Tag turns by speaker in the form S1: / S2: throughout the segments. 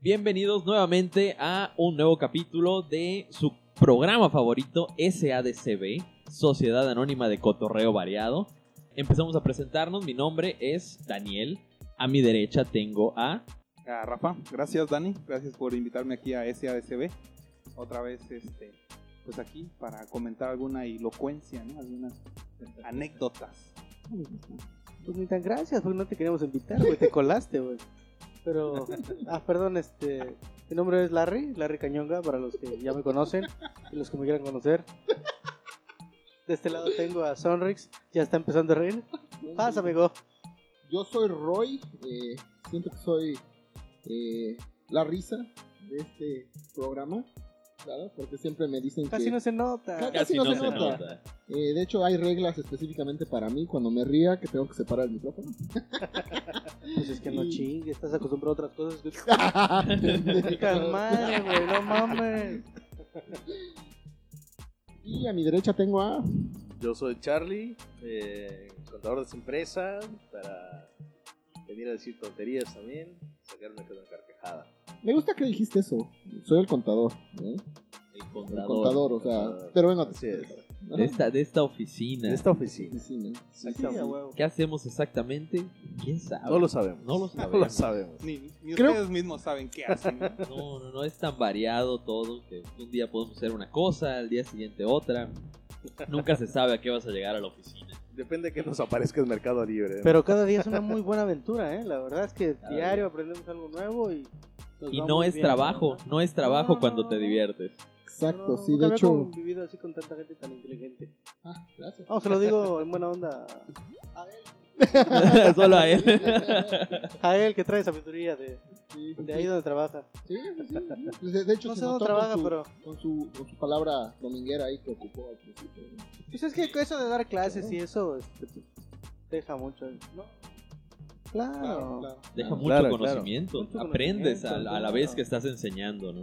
S1: Bienvenidos nuevamente a un nuevo capítulo de su programa favorito, SADCB, Sociedad Anónima de Cotorreo Variado. Empezamos a presentarnos, mi nombre es Daniel, a mi derecha tengo a...
S2: Ah, Rafa, gracias Dani, gracias por invitarme aquí a SADCB. Otra vez, este, pues aquí para comentar alguna elocuencia, ¿no? Algunas anécdotas.
S3: Pues ni tan gracias, porque no te queríamos invitar, güey, te colaste, güey. Pero, ah, perdón, este, mi nombre es Larry, Larry Cañonga, para los que ya me conocen y los que me quieran conocer. De este lado tengo a Sonrix, ya está empezando a reír. Pasa, amigo.
S4: Yo soy Roy, eh, siento que soy eh, la risa de este programa, ¿verdad? Porque siempre me dicen
S3: Casi
S4: que...
S3: no se nota.
S4: Casi no se nota. eh, de hecho, hay reglas específicamente para mí cuando me ría que tengo que separar el micrófono.
S3: Pues es que no chingue, estás acostumbrado a otras cosas. güey. Puta madre,
S4: Pendejo.
S3: güey, no mames.
S4: y a mi derecha tengo a...
S5: Yo soy Charlie, eh, contador de empresa, para venir a decir tonterías también, sacarme con una carcajada.
S4: Me gusta que dijiste eso. Soy el contador. ¿eh?
S1: El
S4: El
S1: contador
S4: contador, o sea...
S5: contador.
S4: Pero vengo a
S5: Así es.
S4: ¿no?
S1: de esta, de esta oficina.
S5: En esta oficina.
S4: Oficina.
S3: Sí, sí, a huevo.
S1: ¿Qué hacemos exactamente? ¿Quién sabe?
S5: No lo sabemos.
S1: No lo
S5: No lo
S1: sabemos.
S5: sabemos.
S2: Ni, ni
S4: Creo-
S2: ustedes mismos saben qué hacen. ¿no?
S1: No, no, no, es tan variado todo que un día podemos hacer una cosa, al día siguiente otra. Nunca se sabe a qué vas a llegar a la oficina.
S5: Depende de que nos aparezca el Mercado Libre.
S3: Pero cada día es una muy buena aventura, ¿eh? La verdad es que diario aprendemos algo nuevo y... nos
S1: Y
S3: va
S1: no
S3: muy
S1: es
S3: bien,
S1: trabajo,
S3: ¿verdad?
S1: no es trabajo
S3: No,
S1: cuando
S3: no,
S1: te
S3: no.
S1: diviertes.
S4: Exacto,
S3: No,
S4: sí,
S3: nunca
S4: de
S3: había
S4: hecho...
S3: convivido así con tanta gente tan inteligente.
S4: Ah, gracias.
S3: No, se lo digo en buena onda
S1: Solo a él.
S3: a él que trae sabiduría de,
S4: Sí,
S3: de ahí donde trabaja.
S4: Sí, sí, sí. Pues, De, de hecho,
S3: No
S4: se
S3: sé dónde
S4: notó
S3: trabaja,
S4: con su,
S3: pero...
S4: con, su, con su palabra dominguera ahí que ocupó al principio. ¿no?
S3: Pues es que eso de dar clases y eso este, te deja mucho, ¿no? Claro.
S2: Claro, claro.
S1: Deja
S4: Ah,
S1: mucho
S5: claro,
S1: conocimiento.
S3: claro. Mucho
S1: Aprendes a, la-
S3: conocimiento,
S1: a la
S3: claro.
S1: vez que estás enseñando, ¿no?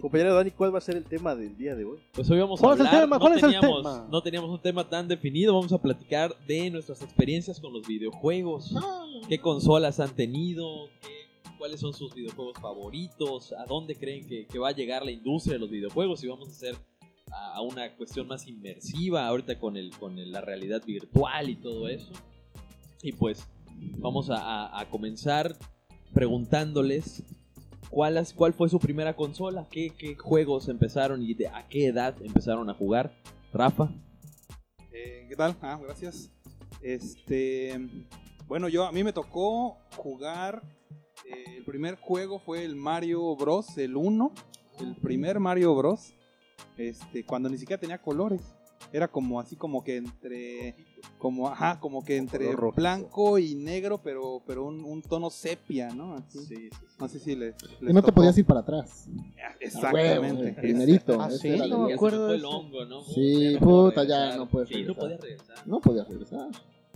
S5: Compañero Dani, ¿cuál va a ser el tema del día de hoy?
S1: Pues hoy vamos a
S3: ¿Cuál es el
S1: hablar.
S3: tema?
S1: no
S3: ¿Cuál es el
S1: teníamos,
S3: tema?
S1: no teníamos un tema tan definido. Vamos a platicar de nuestras experiencias con los videojuegos.
S3: Ah.
S1: ¿Qué consolas han tenido? ¿Qué- ¿Cuáles son sus videojuegos favoritos? ¿A dónde creen que, que va a llegar la industria de los videojuegos? Si vamos a hacer a, a una cuestión más inmersiva ahorita con, el, con el- la realidad virtual y todo eso. Y pues vamos a, a- a comenzar preguntándoles cuál, as- cuál fue su primera consola, qué, qué juegos empezaron y de, a qué edad empezaron a jugar. Rafa,
S2: Eh, ¿Qué tal? Ah, gracias. Este, bueno, yo a mí me tocó jugar. eh, el primer juego fue el Mario Bros. El 1. El primer Mario Bros. Este, cuando ni siquiera tenía colores. Era como así como que entre. Como, ajá, como que entre
S5: color rojizo.
S2: blanco y negro, pero, pero un, un tono sepia, ¿no? Así.
S5: sí. sí.
S2: No sé si les.
S4: Y
S2: les
S4: no te
S2: tocó.
S4: podías ir para atrás.
S2: Ah,
S4: Huevo, el
S2: Exactamente.
S4: primerito.
S3: Ah,
S4: ese
S3: sí,
S4: era el-
S3: no me
S1: Ya se
S3: acuerdo
S1: me fue
S3: de
S1: el
S3: eso.
S1: hongo, ¿no?
S4: Sí,
S1: Ya no puedo
S4: puta, ya
S1: regresar.
S4: no puedes
S1: Sí, no
S4: regresar.
S1: podías regresar.
S4: No podías regresar.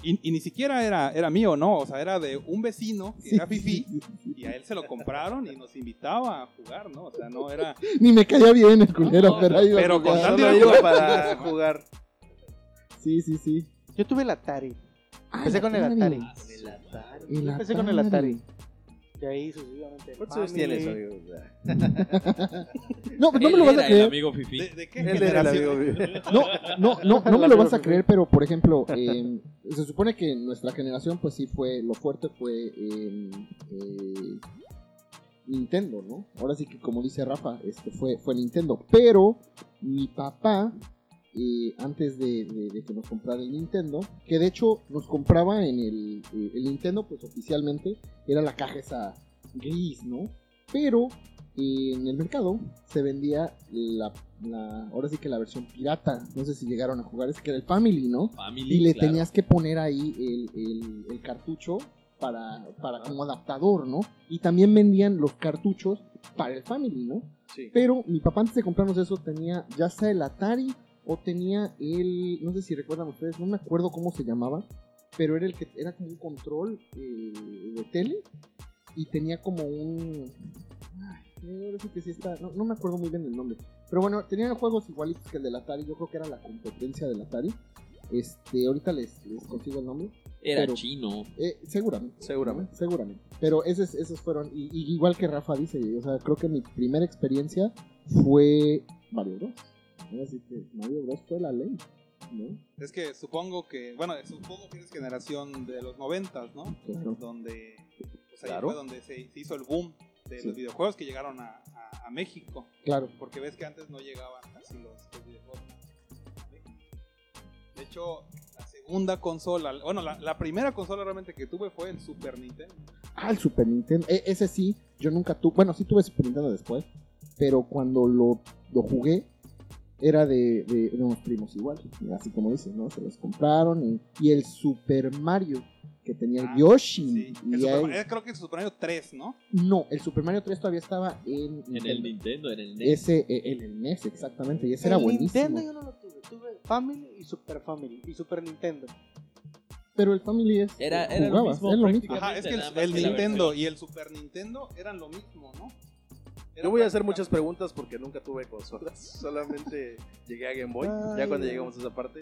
S2: Y, y ni siquiera era, era mío, ¿no? O sea, era de un vecino que era fifí. Y a él se lo compraron y nos invitaba a jugar, ¿no? O sea, no era.
S4: Ni me caía bien el culero,
S1: No,
S4: pero ahí iba a
S2: pero
S4: jugar.
S2: con tanto-
S5: Solo iba para jugar.
S4: Sí, sí, sí.
S3: Yo tuve el Atari.
S4: Ah,
S3: Empecé con el Atari.
S4: El
S3: Yo empecé con el Atari. De ahí sucesivamente. el
S5: ¿Cuántos años
S3: Family.
S5: tienes, amigo?
S4: No, pues no
S3: Eh,
S4: me lo vas a
S1: El
S4: creer.
S1: amigo Fifi.
S2: ¿De, de qué
S5: Él era el
S2: generación?
S5: amigo.
S4: No, no, no, no
S3: La
S4: me lo vas a
S3: biografía.
S4: creer, pero por ejemplo, eh, se supone que nuestra generación, pues sí fue, lo fuerte fue eh, eh, Nintendo, ¿no? Ahora sí que como dice Rafa, este fue, fue Nintendo. Pero mi papá, eh, antes de, de- de que nos comprara el Nintendo, que de hecho nos compraba en el, eh, el Nintendo, pues oficialmente era la caja esa gris, ¿no? Pero eh, en el mercado se vendía la, la- ahora sí que la versión pirata, no sé si llegaron a jugar, es que era el Family, ¿no?
S1: Family,
S4: Y le
S1: claro.
S4: tenías que poner ahí el, el- el cartucho para, para como adaptador, ¿no? Y también vendían los cartuchos para el Family, ¿no?
S5: Sí.
S4: Pero mi papá antes de comprarnos eso tenía ya sea el Atari o tenía el, no sé si recuerdan ustedes, no me acuerdo cómo se llamaba, pero era el que era como un control eh, de tele y tenía como un... ay, ahora sí que sí está- no, no me acuerdo muy bien el nombre. Pero bueno, tenían juegos igualitos que el del Atari, yo creo que era la competencia del Atari. Este, ahorita les, les consigo el nombre.
S1: Era
S4: Pero-
S1: chino.
S4: Eh, seguramente.
S5: Seguramente.
S4: ¿no? Seguramente. Pero esos, esos fueron, y, y igual que Rafa dice, o sea, creo que mi primera experiencia fue Mario Bros. ¿no? Así que Mario Bros fue la ley, ¿no?
S2: Es que supongo que, bueno, supongo que eres generación de los noventas, ¿no?
S4: Claro.
S2: Donde, pues ahí
S5: Claro.
S2: fue donde se, se hizo el boom de
S4: Sí.
S2: los videojuegos que llegaron a, a- a México.
S4: Claro.
S2: Porque ves que antes no llegaban casi los, los videojuegos. a México. De hecho, la segunda consola, bueno, la, la primera consola realmente que tuve fue el Super Nintendo.
S4: Ah, el Super Nintendo. E- ese sí, yo nunca tuve. Bueno, sí tuve Super Nintendo después. Pero cuando lo, lo jugué, era de, de, de unos primos igual. y Así como dices, ¿no? Se los compraron. Y, y el Super Mario, que tenía
S2: Ah,
S4: el Yoshi.
S2: Sí.
S4: y
S2: El Super
S4: ahí-
S2: Ma- eh, creo que el Super Mario 3, ¿no?
S4: no, el Super Mario 3 todavía estaba en.
S1: En el Nintendo, en el NES.
S4: Ese, eh, en el NES, exactamente. Y ese era
S3: El
S4: buenísimo.
S3: Nintendo yo no lo tuve. Tuve Family y Super Family y Super Nintendo.
S4: Pero el Family es.
S1: Era, era lo
S4: jugabas,
S1: mismo.
S4: era lo mismo.
S1: prácticamente,
S2: Ajá, es que el,
S1: nada más
S2: el
S1: que la
S2: Nintendo
S1: versión-
S2: y el Super Nintendo eran lo mismo, ¿no?
S5: Yo voy a hacer muchas preguntas porque nunca tuve consolas. Solamente llegué a Game Boy. ya cuando lleguemos a esa parte,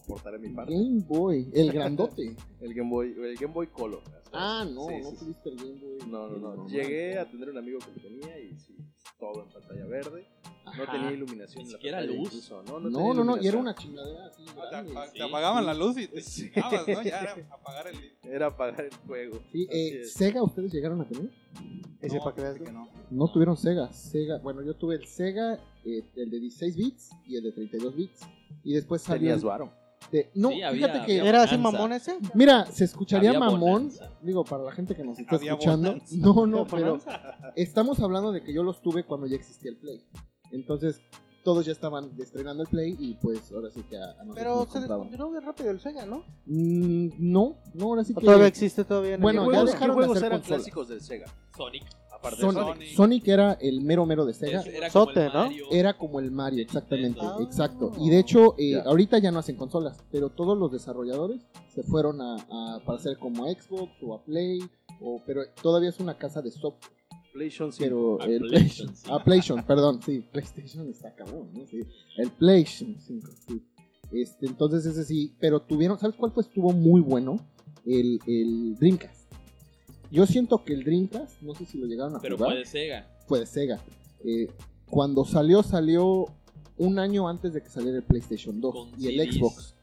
S5: aportaré mi parte.
S4: Game Boy, el grandote.
S5: El Game Boy, el Game Boy Color. ¿sabes?
S4: ah, no,
S5: Sí,
S4: no
S5: sí, sí.
S4: tuviste el Game Boy.
S5: No, no, no.
S4: normal.
S5: Llegué a tener un amigo que lo tenía y sí, todo en pantalla verde. No
S4: Ajá.
S5: tenía iluminación.
S1: Ni
S5: en la
S1: siquiera
S5: pantalla
S1: luz.
S5: incluso, No, no, tenía
S4: No, no, no, y era
S5: iluminación.
S4: una chingadera así.
S2: Ah, Te,
S4: grande.
S2: apa-
S1: Sí.
S2: te apagaban la luz y te
S5: Sí.
S2: chingabas, ¿no? Ya era apagar el.
S5: Era apagar el juego.
S4: Sí, eh,
S5: Así es.
S4: ¿Sega ustedes llegaron a tener?
S3: Ese
S2: No,
S3: para que veas.
S2: fíjate que
S3: ¿no?
S2: no.
S4: No tuvieron Sega. Sega, bueno, yo tuve el Sega, eh, el de 16 bits y el de 32 bits. Y después salió.
S5: Tenías varo.
S4: de- no,
S1: Sí, había-
S4: fíjate que.
S1: había-
S3: ¿Era así
S1: Bonanza.
S3: mamón ese?
S4: Mira, se escucharía
S1: Había
S4: mamón.
S1: bonanza.
S4: Digo, para la gente que nos está
S2: Había
S4: escuchando.
S2: bonanza.
S4: No, no, pero
S3: Bonanza.
S4: estamos hablando de que yo los tuve cuando ya existía el Play. Entonces, todos ya estaban estrenando el Play y pues ahora sí que a, a nosotros
S3: Pero
S4: nos
S3: se
S4: compraban.
S3: descontinuó bien rápido el Sega, ¿no?
S4: Mm, no, no, ahora sí
S3: ¿O
S4: que.
S3: todavía existe todavía en
S4: Bueno,
S5: ¿Qué
S4: ya
S3: el
S5: juegos,
S3: Game Boy?
S5: qué
S4: dejaron de
S5: juegos
S4: hacer
S5: eran
S4: consolas.
S5: clásicos del Sega?
S1: Sonic.
S5: Aparte
S4: Sonic.
S5: de Sonic.
S4: Sonic. era el mero mero de Sega.
S1: Es- Era como el
S3: Sote, ¿no?
S1: Mario.
S4: Era como el Mario, exactamente,
S1: Ah.
S4: exacto. Y de hecho, eh,
S5: Ya.
S4: ahorita ya no hacen consolas, pero todos los desarrolladores se fueron a, a- para hacer como a Xbox o a Play, o, pero todavía es una casa de software.
S5: PlayStation 5.
S4: Pero
S1: A
S4: el
S1: PlayStation,
S4: PlayStation,
S1: sí.
S4: a PlayStation, perdón, sí, PlayStation está cabrón, ¿no? Sí, el PlayStation 5, sí. Este, entonces ese sí, pero tuvieron, ¿sabes cuál fue? Estuvo muy bueno el, el Dreamcast. Yo siento que el Dreamcast, no sé si lo llegaron a
S1: Pero
S4: jugar
S1: fue de Sega.
S4: fue de pues, Sega. Eh, cuando salió, salió un año antes de que saliera el PlayStation 2
S1: Con
S4: y el
S1: CDs.
S4: Xbox.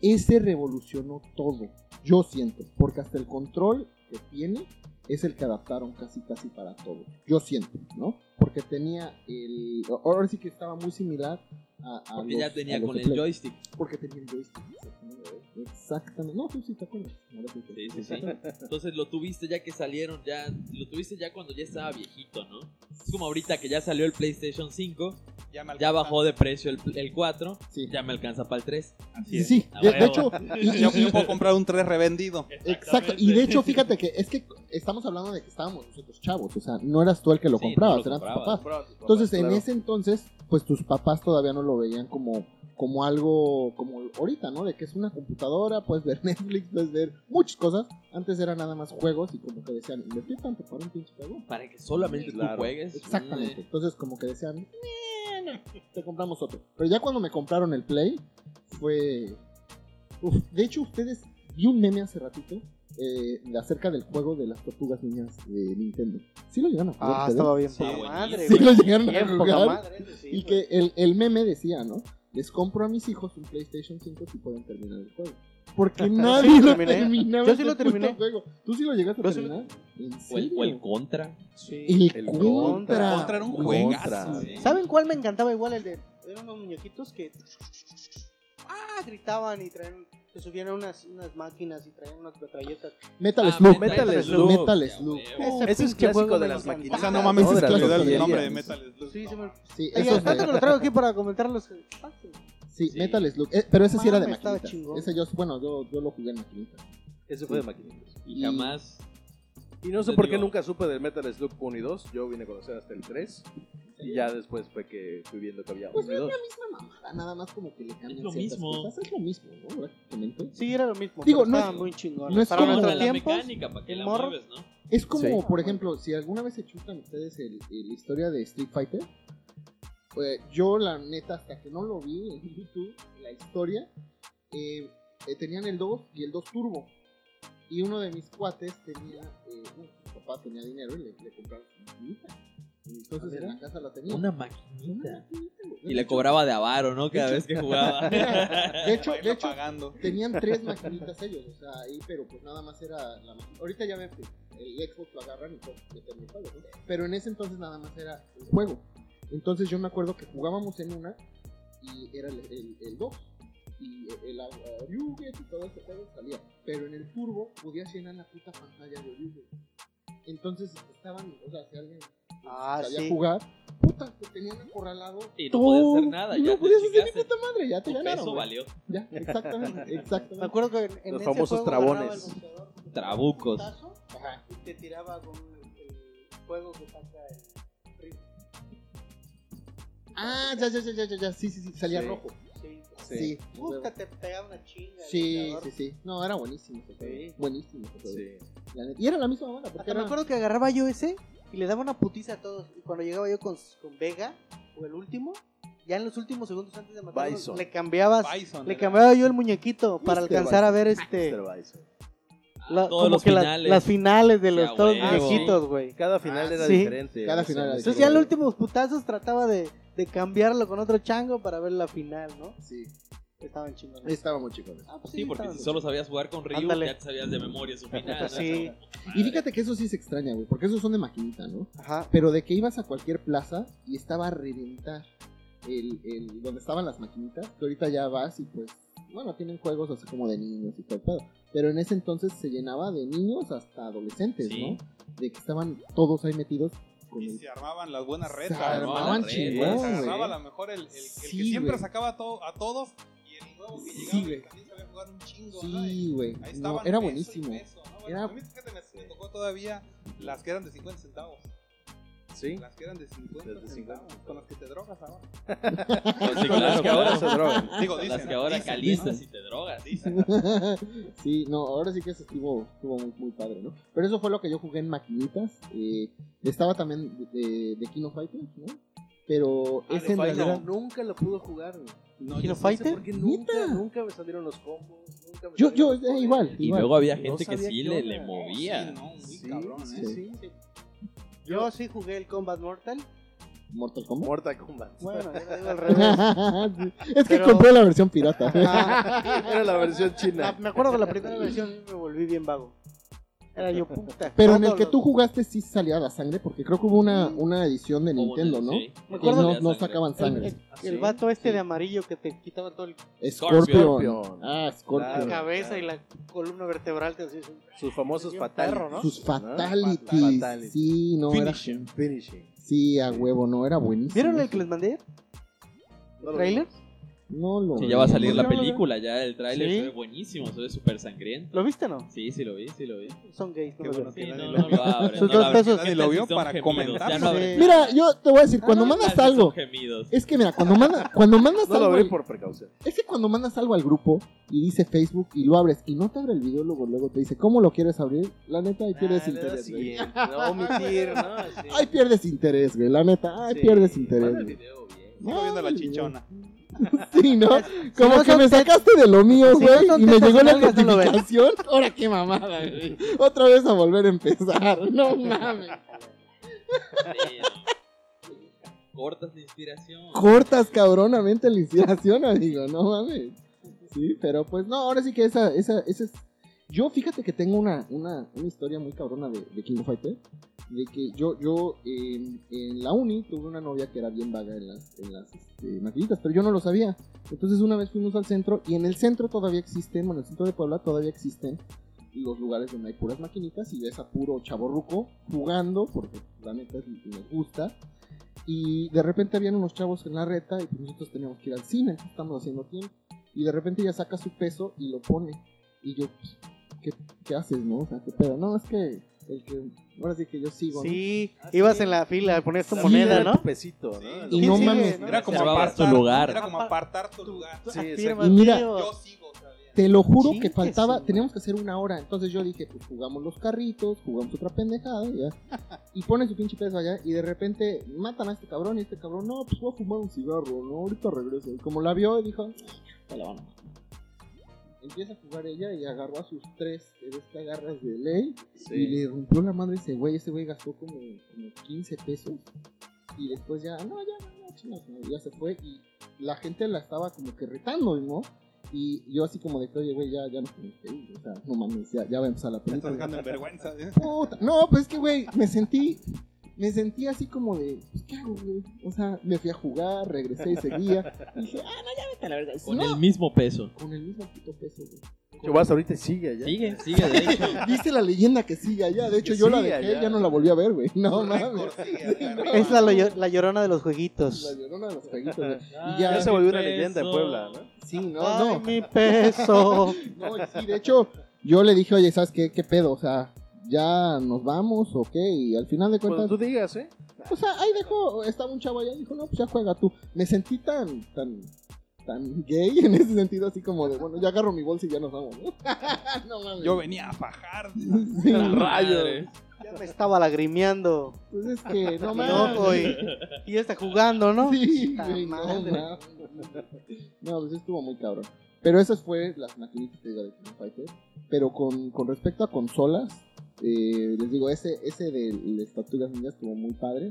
S4: Ese revolucionó todo, yo siento, porque hasta el control que tiene es el que adaptaron casi casi para todo, yo siento, ¿no? Porque tenía el... Ahora sí que estaba muy similar a... a
S1: Porque
S4: Ah, los-
S1: ya
S4: a
S1: tenía
S4: los
S1: con
S4: de
S1: el
S4: Play.
S1: joystick.
S4: Porque tenía el joystick, exactamente. Exactamente. No, tú sí te acuerdas. Ahora sí te-
S1: Sí, sí, sí. Entonces lo tuviste ya que salieron, ya lo tuviste ya cuando ya estaba viejito, ¿no? Es como ahorita que ya salió el PlayStation 5,
S2: Ya, me
S1: ya
S2: alcanzaba.
S1: bajó de precio el, el 4,
S4: Sí.
S1: ya Ah, me alcanza para el 3.
S4: Sí, sí.
S1: A
S4: De, de
S1: huevo.
S4: hecho, y- y-
S2: Yo, yo puedo comprar un 3 revendido.
S4: Exacto, y de hecho, fíjate que es que estamos hablando de que estábamos nosotros chavos, o sea, no eras tú el que lo
S1: Sí, no
S4: comprabas,
S1: lo
S4: eran tus
S1: comprabas.
S4: papás.
S5: Pronto,
S4: Entonces,
S5: papás,
S4: en
S5: claro.
S4: ese entonces, pues tus papás todavía no lo veían como, como algo como ahorita, ¿no? De que es una computadora, puedes ver Netflix, puedes ver muchas cosas. Antes era nada más juegos y como que decían, invertir tanto para un pinche juego.
S1: Para que solamente
S5: Claro.
S1: tú juegues.
S4: Exactamente.
S1: Mm,
S4: Entonces, como que decían, "Bueno, te compramos otro. Pero ya cuando me compraron el Play, fue. Uf, de hecho, ustedes. Vi un meme hace ratito eh, de acerca del juego de las tortugas niñas de Nintendo. ¿Sí lo llegaron a jugar?
S3: Ah,
S4: ustedes?
S3: estaba bien.
S1: Sí, buenísimo.
S3: poca madre,
S4: Sí
S3: güey.
S4: lo llegaron a
S3: Bien poca
S4: jugar.
S3: madre, ese sí,
S4: Y
S3: güey.
S4: que el, el meme decía, ¿no? Les compro a mis hijos un PlayStation 5 si pueden terminar el juego. Porque nadie
S3: Sí lo
S4: lo
S3: terminé.
S4: terminaba.
S3: Yo sí lo
S4: ese puto
S3: terminé.
S4: juego. ¿Tú sí lo llegaste a
S3: Yo sí lo-
S4: terminar? ¿En
S1: Mm, O el, o el
S4: serio?
S1: contra.
S3: Sí.
S4: El,
S5: El
S4: contra.
S5: Contra.
S2: Contra era un
S5: Contra,
S2: juegazo.
S5: sí.
S3: ¿Saben cuál me encantaba igual? El de. Eran unos muñequitos que. ¡Ah! Gritaban y traían. Se subían a unas, unas máquinas y traían unas metralletas.
S4: Metal
S1: Ah,
S4: Slug.
S5: Metal
S4: Slug.
S5: Slug.
S4: Metal Slug.
S5: Ese es
S3: pinche
S5: clásico
S3: juego
S5: de
S3: me
S2: O
S3: encantaba.
S5: las maquinitas.
S2: sea, no mames,
S5: No,
S2: se
S5: de las
S2: me olvidó el
S4: tortillerías.
S2: nombre de Metal Slug.
S3: Sí, se me.
S4: Sí,
S3: Oye,
S4: esos
S3: tanto
S4: de-
S3: que lo traigo aquí para comentarlos. fácil.
S4: sí,
S1: Sí.
S4: Metal Slug. Eh, pero ese sí era de
S3: Mames, estaba
S4: maquinita.
S3: chingón.
S4: Ese yo, bueno, yo, yo lo jugué en maquinita.
S5: Ese fue de maquinitas.
S1: Y
S4: Y-
S1: jamás.
S5: Y no sé
S1: Te
S5: por qué
S1: digo-
S5: nunca supe del Metal Slug 1 y 2. Yo vine a conocer hasta el 3. Y ya después fue que fui viendo que había
S4: Pues
S5: 1 y
S4: es la
S5: 2.
S4: misma mamada, nada más como que le cambian
S1: Es lo
S4: ciertas
S1: mismo.
S4: cosas. Es lo mismo, ¿no? Prácticamente.
S3: Sí, era lo mismo.
S4: Digo,
S3: pero
S4: no
S3: estaban
S4: es-
S3: muy chingones.
S4: no es
S3: para
S4: como
S3: nuestros
S1: la
S3: tiempos.
S1: mecánica, para que
S3: el
S1: la
S3: morro-
S1: mueves, ¿no?
S4: Es como,
S5: Sí.
S4: por ejemplo, si alguna vez se chutan ustedes el- el- la historia de Street Fighter, eh, yo la neta, hasta que no lo vi en YouTube, la historia, eh, eh, tenían el 2 y el 2 Turbo. Y uno de mis cuates tenía, eh, bueno, su papá tenía dinero y le, le compraron su maquinita. Y Entonces en la casa la tenía.
S1: Ah, Una maquinita. Y le cobraba de avaro, ¿no? Cada vez que jugaba.
S4: De hecho,
S2: Para
S4: de
S2: irlo
S4: hecho,
S2: pagando.
S4: tenían tres maquinitas ellos, o sea, ahí, pero pues nada más era la ma- Ahorita ya ven que el Xbox lo agarran y pues meten el juego, ¿no? Pero en ese entonces nada más era el juego. Entonces yo me acuerdo que jugábamos en una y era el, el, el box. Y el, el agua- Ryuget y todo ese juego salía. Pero en el turbo podías llenar la puta pantalla de Ryuget. Entonces estaban, o sea, si alguien
S3: Ah,
S4: sabía
S3: sí.
S4: jugar, puta, te tenían acorralado.
S1: Y no
S4: todo.
S1: podías hacer nada,
S4: Y
S1: ya
S4: no
S1: te
S4: podías hacer ni
S1: chingaste.
S4: puta madre, ya te
S1: Tu
S4: ganaron.
S1: peso
S4: güey.
S1: valió.
S4: Ya, exactamente,
S3: Me
S4: exactamente.
S3: acuerdo que en, en
S5: Los
S3: ese
S5: famosos
S3: juego
S5: trabones.
S3: agarraba el boxeador, te tiraba un
S1: Trabucos.
S3: putazo
S4: Ajá.
S3: y te tiraba con el juego que saca el ring.
S4: Ah, ya, ya, ya, ya, ya, ya, sí, sí, sí, salía
S5: Sí.
S4: rojo.
S3: Sí.
S4: Sí,
S3: Puta, te pegaba una chinga. el
S4: sí,
S3: boxeador.
S4: sí, sí. No, era buenísimo ese juego.
S5: Sí.
S4: Buenísimo ese juego.
S5: Sí.
S4: La neta. Y era la misma banda, porque
S3: Hasta me
S4: era...
S3: acuerdo que agarraba yo ese y le daba una putiza a todos. Y cuando llegaba yo con, con Vega, o el último, ya en los últimos segundos antes de matarlo,
S5: Bison.
S3: le cambiabas.
S2: Bison.
S3: Le
S2: era.
S3: cambiaba yo el muñequito para
S4: Mr.
S3: alcanzar a
S4: Bison.
S3: ver este.
S5: Mr. Bison.
S3: la-
S1: Ah,
S3: como
S1: todos los
S3: que la-
S1: finales.
S3: las finales de los
S1: Ya,
S3: todos
S1: huevo.
S3: muñequitos, güey.
S5: Cada final
S4: Ah,
S5: era
S3: sí.
S5: diferente.
S4: Cada
S5: no sé,
S4: final era
S5: no
S4: diferente.
S5: sé.
S3: Entonces ya en los últimos putazos trataba de, de cambiarlo con otro chango para ver la final, ¿no?
S4: Sí,
S3: Estaban chingones.
S4: estaba muy chico.
S3: Ah, pues
S1: Sí, porque
S3: estaban
S1: si solo sabías jugar con Ryu,
S3: Ándale.
S1: ya te sabías de memoria su final. ¿no?
S3: Sí,
S4: Y fíjate que eso sí se extraña, güey, porque esos son de maquinita, ¿no?
S3: ajá.
S4: Pero de que ibas a cualquier plaza y estaba a reventar el, el, donde estaban las maquinitas, que ahorita ya vas y pues, bueno, tienen juegos así como de niños y todo el pedo. Pero en ese entonces se llenaba de niños hasta adolescentes,
S1: Sí.
S4: ¿no? De que estaban todos ahí metidos con
S2: Y
S4: el
S2: se armaban las buenas
S4: Se
S2: retas.
S1: armaban
S2: ¿no?
S1: chingón,
S2: Se agarraba a
S4: güey.
S2: lo mejor el, el- el que
S4: Sí,
S2: siempre
S4: güey.
S2: sacaba a, to- a todos y el nuevo que
S4: Sí,
S2: llegaba
S4: güey.
S2: y también sabía jugar un chingo. ¿no? Y
S4: Sí, güey.
S2: Ahí
S4: No,
S2: estaban
S4: era
S2: peso y
S4: buenísimo.
S2: peso, ¿no? Bueno,
S4: Era-
S2: A mí fíjate, me, me tocó todavía las que eran de 50 centavos.
S5: Sí.
S2: Las que eran de 50
S5: Las de 50
S2: centavos. Con las que te drogas ahora.
S1: Pues sí,
S5: Con las
S1: claro,
S5: que ahora
S1: claro.
S5: se drogan.
S2: Digo,
S1: Con
S2: dicen,
S1: las que ahora
S2: dicen,
S1: calientas
S2: ¿no?
S1: y te drogas.
S4: sí, no, ahora sí que eso estuvo, estuvo muy, muy padre, ¿no? Pero eso fue lo que yo jugué en maquinitas. eh, estaba también de, de, de Kino Fighters, ¿no? Pero
S2: Ah,
S4: ese en
S2: de Fighter.
S4: realidad.
S5: Nunca lo pudo jugar, güey.
S2: No,
S3: ¿Kino
S2: yo-
S3: Fighter?
S5: Porque nunca, nunca me salieron los combos. Nunca me
S4: Yo,
S5: salieron
S4: yo,
S5: los
S4: eh,
S5: poderes.
S4: igual.
S1: Y
S4: igual.
S1: luego había
S5: No
S1: gente que
S5: sabía
S1: sí
S5: qué
S1: le,
S5: onda.
S1: le
S2: Sí,
S1: movía.
S2: no, muy
S5: Sí,
S2: cabrón, ¿eh?
S5: sí, sí.
S3: Yo sí jugué el Combat Mortal.
S4: Mortal Kombat.
S5: Mortal Kombat.
S3: Bueno, yo lo digo al revés.
S4: Sí, es que
S3: Pero-
S4: compré la versión pirata.
S5: Era la versión
S3: La-
S5: china.
S3: Ah, me acuerdo que la primera versión me volví bien vago. Era yo puta.
S4: Pero en
S3: todos
S4: el que
S3: los-
S4: tú jugaste sí salía la sangre, porque creo que hubo una, una edición de Nintendo, ¿no?
S1: Sí.
S3: Me
S4: Y
S3: acuerdo
S4: no, no sacaban
S3: El,
S4: sangre.
S3: el- el vato este de amarillo que te quitaba todo el
S4: Scorpion.
S5: Scorpion.
S4: Ah,
S3: la
S4: Scorpion.
S5: Claro.
S3: cabeza y la columna vertebral te hacías un-
S5: Sus famosos
S3: Bien
S5: fatalities.
S3: perro, ¿no?
S4: Sus
S5: ¿no?
S4: fatalities.
S5: Ah, Fatalities.
S4: Sí, no, era,
S5: Finishing. Finishing.
S4: sí, a huevo, no, era buenísimo.
S3: ¿Vieron el que les mandé?
S5: No lo
S3: ¿Trailer?
S4: No lo.
S1: Sí, ya va a salir la
S4: No, no, no.
S1: película, ya el tráiler
S3: Sí.
S1: se ve buenísimo, se ve súper sangriento.
S3: ¿Lo viste o no?
S1: Sí, sí lo vi, sí lo vi.
S3: Son gays. no
S2: Qué
S3: lo
S2: bueno
S3: veo.
S1: Sí,
S2: que nadie
S1: no,
S2: lo
S1: no
S2: vio.
S1: lo abren, no
S3: Sus
S1: lo
S3: dos
S1: abren.
S3: pesos.
S1: Gente,
S2: Nadie lo vio
S1: son
S2: para
S1: gemidos, ya
S2: comentarlo.
S1: no abren.
S4: Mira, yo te voy a decir, cuando
S1: Ah,
S4: mandas
S1: son
S4: algo.
S1: gemidos.
S4: Es que mira, cuando, manda, cuando mandas
S5: No lo
S4: algo.
S5: abrí
S4: al-
S5: por precaución.
S4: Es que cuando mandas algo al grupo y dice Facebook y lo abres y no te abre el video, luego, luego te dice, ¿cómo lo quieres abrir? La neta, ahí pierdes
S5: Ah, le das
S4: interés. güey.
S5: siguiente, No, omitir, ¿no? Sí.
S4: Ahí pierdes interés, güey, la neta. Ahí
S5: Sí,
S4: pierdes
S5: manda
S4: interés.
S5: el
S4: güey.
S5: video bien.
S2: Sigo viendo la
S4: Ay,
S2: chichona.
S4: Sí, ¿no? Como
S3: no
S4: que
S3: son
S4: me
S3: tet-
S4: sacaste de lo mío,
S3: si
S4: güey,
S3: no son
S4: y me
S3: tetas
S4: llegó la
S3: nalgas, no lo ven.
S4: notificación. Ahora qué mamada, güey. Otra vez a volver a empezar. No mames.
S1: Sí, no. Cortas la inspiración.
S4: Cortas cabronamente la inspiración, amigo. No mames. Sí, pero pues no, ahora sí que esa, esa, esa es... Yo fíjate que tengo una, una, una historia muy cabrona de, de King of Fighter. De que yo, yo eh, en la uni tuve una novia que era bien vaga en las, en las este, maquinitas, pero yo no lo sabía. Entonces una vez fuimos al centro y en el centro todavía existen, bueno, en el centro de Puebla todavía existen los lugares donde hay puras maquinitas y ves a puro chaborruco jugando, porque la neta es- nos gusta. Y de repente habían unos chavos en la reta y pues nosotros teníamos que ir al cine, entonces estamos haciendo tiempo. Y de repente ella saca su peso y lo pone. Y yo, pues, ¿qué, qué haces, no? O sea, ¿qué pedo? No, es que el que. Ahora sí que yo sigo. ¿no?
S3: Sí, ibas en la fila, ponías tu
S5: La
S3: moneda,
S5: vida
S3: ¿no?
S5: era Pesito, ¿no?
S2: Sí.
S5: Lo-
S4: Y
S3: ¿Quién
S4: no
S3: sigue?
S4: mames.
S3: No,
S2: Era como
S1: Reservabas
S2: apartar
S1: tu lugar.
S2: Era como apartar tu lugar.
S5: Sí,
S3: Afirma,
S4: exacto. Mira,
S3: tío.
S2: Yo sigo todavía.
S4: Te lo juro que
S3: Chingue su
S4: faltaba,
S3: madre.
S4: teníamos que hacer una hora. Entonces yo dije, pues jugamos los carritos, jugamos otra pendejada, y ya. Y ponen su pinche peso allá y de repente matan a este cabrón y este cabrón, no, pues voy a fumar un cigarro, no, ahorita regreso. Y como la vio, dijo, "Te la van a matar". Empieza a jugar ella y agarró a sus tres de estas garras de ley y
S5: Sí.
S4: le rompió la madre a ese güey. Ese güey gastó como, como 15 pesos y después ya, "Ah, no, ya, no, no, chingas, no, ya se fue y la gente la estaba como que retando, ¿no? Y yo así como de que, oye, güey, ya, ya no tenemos que ir, o sea, no mames, ya, ya va a empezar la
S2: Me estás
S4: película.
S2: dejando en vergüenza. ¿eh?
S4: Puta, No, pues es que, güey, me sentí, me sentí así como de, pues, ¿qué hago, güey? O sea, me fui a jugar, regresé y seguía. Y dije, ah, no, ya vete a la verga. Y si
S1: Con
S4: no,
S1: el mismo peso.
S4: con el mismo puto peso, güey.
S5: Yo vas ahorita y sigue allá.
S1: Sigue, sigue, de hecho.
S4: Viste la leyenda que sigue allá. De hecho,
S5: Que
S4: yo la
S5: sigue
S4: dejé,
S5: allá.
S4: ya no la volví a ver, güey. No
S2: Un
S4: mames.
S2: récord, sí, arriba.
S3: Es la, loyo- la llorona de los jueguitos.
S4: La llorona de los jueguitos, güey.
S1: Ay,
S4: Y ya,
S5: Ya se volvió una
S1: peso.
S5: leyenda en Puebla, ¿no?
S4: sí, no,
S3: Ay,
S4: no.
S3: mi peso.
S4: No, y sí, de hecho, yo le dije, oye, ¿sabes qué? ¿Qué pedo? O sea, ¿ya nos vamos o qué? Y al final de
S5: Cuando
S4: cuentas,
S5: tú digas, ¿eh?
S4: o sea, ahí dejó, estaba un chavo allá y dijo, no, pues ya juega tú. Me sentí tan, tan, tan gay en ese sentido, así como de, bueno, ya agarro mi bolsa y ya nos vamos, ¿no? no mames.
S2: Yo venía a fajar.
S4: Sí,
S1: Rayos.
S3: Ya me estaba lagrimeando.
S4: pues es que, no pues,
S3: Mi
S4: mames.
S3: ojo y, y ya está jugando, ¿no?
S4: Sí,
S3: Puta
S4: güey, no,
S3: madre.
S4: mames. No, pues estuvo muy cabrón. Pero esas fue las maquinitas que digo de King of Fighters. Pero con, con respecto a consolas, eh, les digo, ese, ese de las tortugas ninjas estuvo muy padre.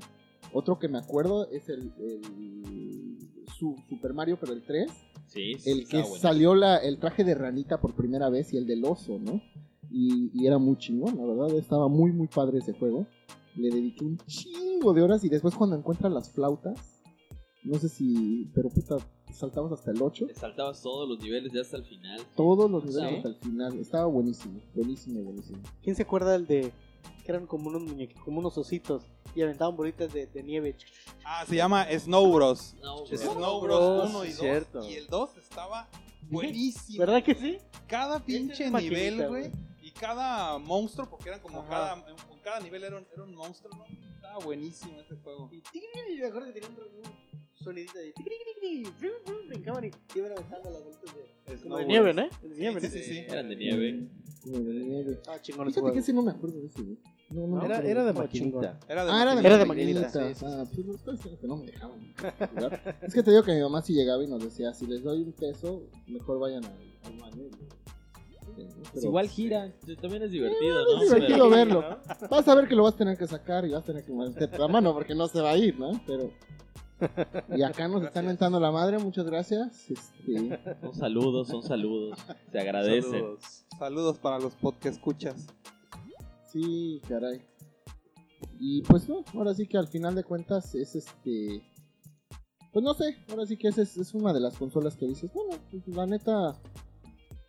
S4: Otro que me acuerdo es el, el su- Super Mario, pero el 3.
S1: Sí, sí,
S4: El
S1: está
S4: que
S1: bueno.
S4: salió la, el traje de ranita por primera vez y el del oso, ¿no? Y, y era muy chingón, la verdad, estaba muy, muy padre ese juego. Le dediqué un chingo de horas y después cuando encuentras las flautas, no sé si, pero puta, saltamos hasta el 8.
S1: Te saltabas todos los niveles ya hasta el final.
S4: Todos los
S1: Sí.
S4: niveles hasta el final, estaba buenísimo, buenísimo, buenísimo.
S3: ¿Quién se acuerda del de que eran como unos muñequitos, como unos ositos y aventaban bolitas de, de nieve?
S2: Ah, se llama Snow Bros.
S1: No,
S5: Sí,
S1: bro.
S2: Snow
S5: Bros,
S2: Bros 1 y 2.
S5: sí, cierto.
S2: Y el 2 estaba buenísimo.
S3: ¿Verdad que sí?
S2: Cada
S3: Esa
S2: pinche
S3: es maquinita,
S2: nivel,
S3: güey.
S2: güey. Y cada monstruo, porque eran como
S3: Ajá.
S2: cada, con cada nivel era un, era un monstruo, ¿no? Estaba buenísimo este juego.
S3: Y tigri, me acuerdo que tenía un sonidito de tigri, tigri, tigri, brincaban y iban aventando las bolitas de, como de
S2: Snow
S3: nieve,
S2: Bros.
S3: ¿no? De nieve,
S2: Sí,
S3: ¿no?
S2: sí, sí.
S1: Eran de nieve.
S4: Como de nieve.
S3: Ah, chingón ese
S4: Fíjate que
S3: juego.
S4: ese no me acuerdo de ese, güey. No, no,
S5: Era,
S4: no,
S5: era de
S4: estaba chingón.
S5: maquinita.
S2: Era de
S4: Ah, era de,
S3: Era de
S4: maquinitas.
S5: maquinitas.
S4: Ah, pues, los tres eran que no me dejaban jugar. Es que te digo que mi mamá sí llegaba y nos decía, si les doy un peso, mejor vayan al, al baño. y-
S1: Pues
S4: Pero
S1: igual gira. También es divertido,
S4: Es
S1: ¿no? Pero-
S4: divertido verlo. Vas a ver que lo vas a tener que sacar y vas a tener que meterte la mano porque no se va a ir, ¿no? Pero... Y acá nos
S2: Gracias.
S4: están mentando la madre, muchas gracias. Este,
S1: Son saludos, son saludos. Se agradecen.
S5: Saludos.
S2: Saludos para los podcast escuchas.
S4: sí, caray. Y pues no, ahora sí que al final de cuentas es este... Pues no sé, ahora sí que esa es, es una de las consolas que dices, bueno, pues la neta,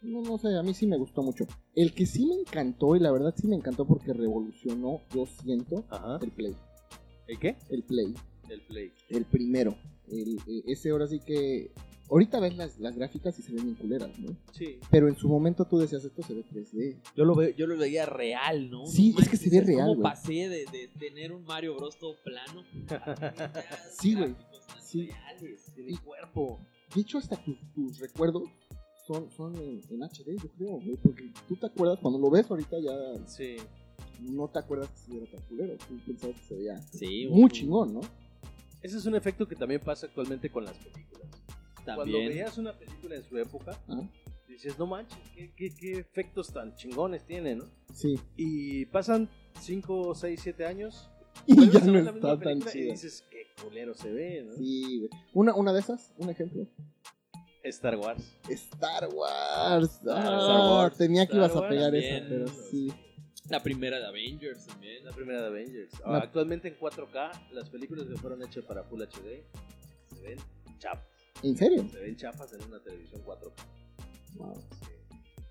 S4: no, no sé, a mí sí me gustó mucho. El que sí me encantó, y la verdad sí me encantó porque revolucionó, yo siento,
S5: Ajá.
S4: el Play.
S5: ¿El qué?
S4: El Play,
S5: El Play.
S4: el primero. El- e- ese ahora sí que... Ahorita ves las, las gráficas y se ven bien culeras, ¿no?
S5: Sí.
S4: Pero en su momento tú decías, esto se ve 3D.
S1: Yo lo, veo, yo lo veía real, ¿no?
S4: Sí,
S1: No
S4: es que se ve real,
S1: ¿Cómo
S4: güey.
S1: pasé de, de tener un Mario Bros todo plano? a
S4: Sí, güey.
S1: gráficos tan
S4: Sí.
S1: reales,
S4: Y-
S1: Tiene cuerpo.
S4: De hecho, hasta tus, tus recuerdos son, son en, en HD, yo creo, güey, Porque tú te acuerdas, cuando lo ves ahorita ya
S5: Sí.
S4: no te acuerdas que se viera tan culero. Tú pensabas que se veía
S1: Sí,
S4: muy
S1: un-
S4: chingón, ¿no?
S5: Ese es un efecto que también pasa actualmente con las películas. Cuando
S1: También.
S5: veías una película en su época,
S4: Ajá.
S5: dices, no manches, ¿qué, qué, qué efectos tan chingones tiene, ¿no?
S4: Sí.
S5: Y pasan 5, 6, 7 años.
S4: Y
S5: vuelves
S4: ya
S5: a ver
S4: no
S5: la misma
S4: está tan
S5: película Y
S4: chido.
S5: dices, qué culero se ve, ¿no?
S4: Sí, güey. Una, una de esas, un ejemplo.
S5: Star Wars.
S4: Star Wars.
S1: Ah,
S4: Ah,
S1: Star Wars.
S4: Tenía que
S5: Star
S4: ibas a
S5: Wars
S4: pegar
S1: también,
S4: esa, pero sí.
S1: La primera de Avengers también.
S5: La primera de Avengers. Ah,
S4: La-
S5: Actualmente en 4K, las películas que fueron hechas para Full HD se ven chapas.
S4: ¿En serio?
S5: Se ven chapas en una televisión 4K.
S4: Wow.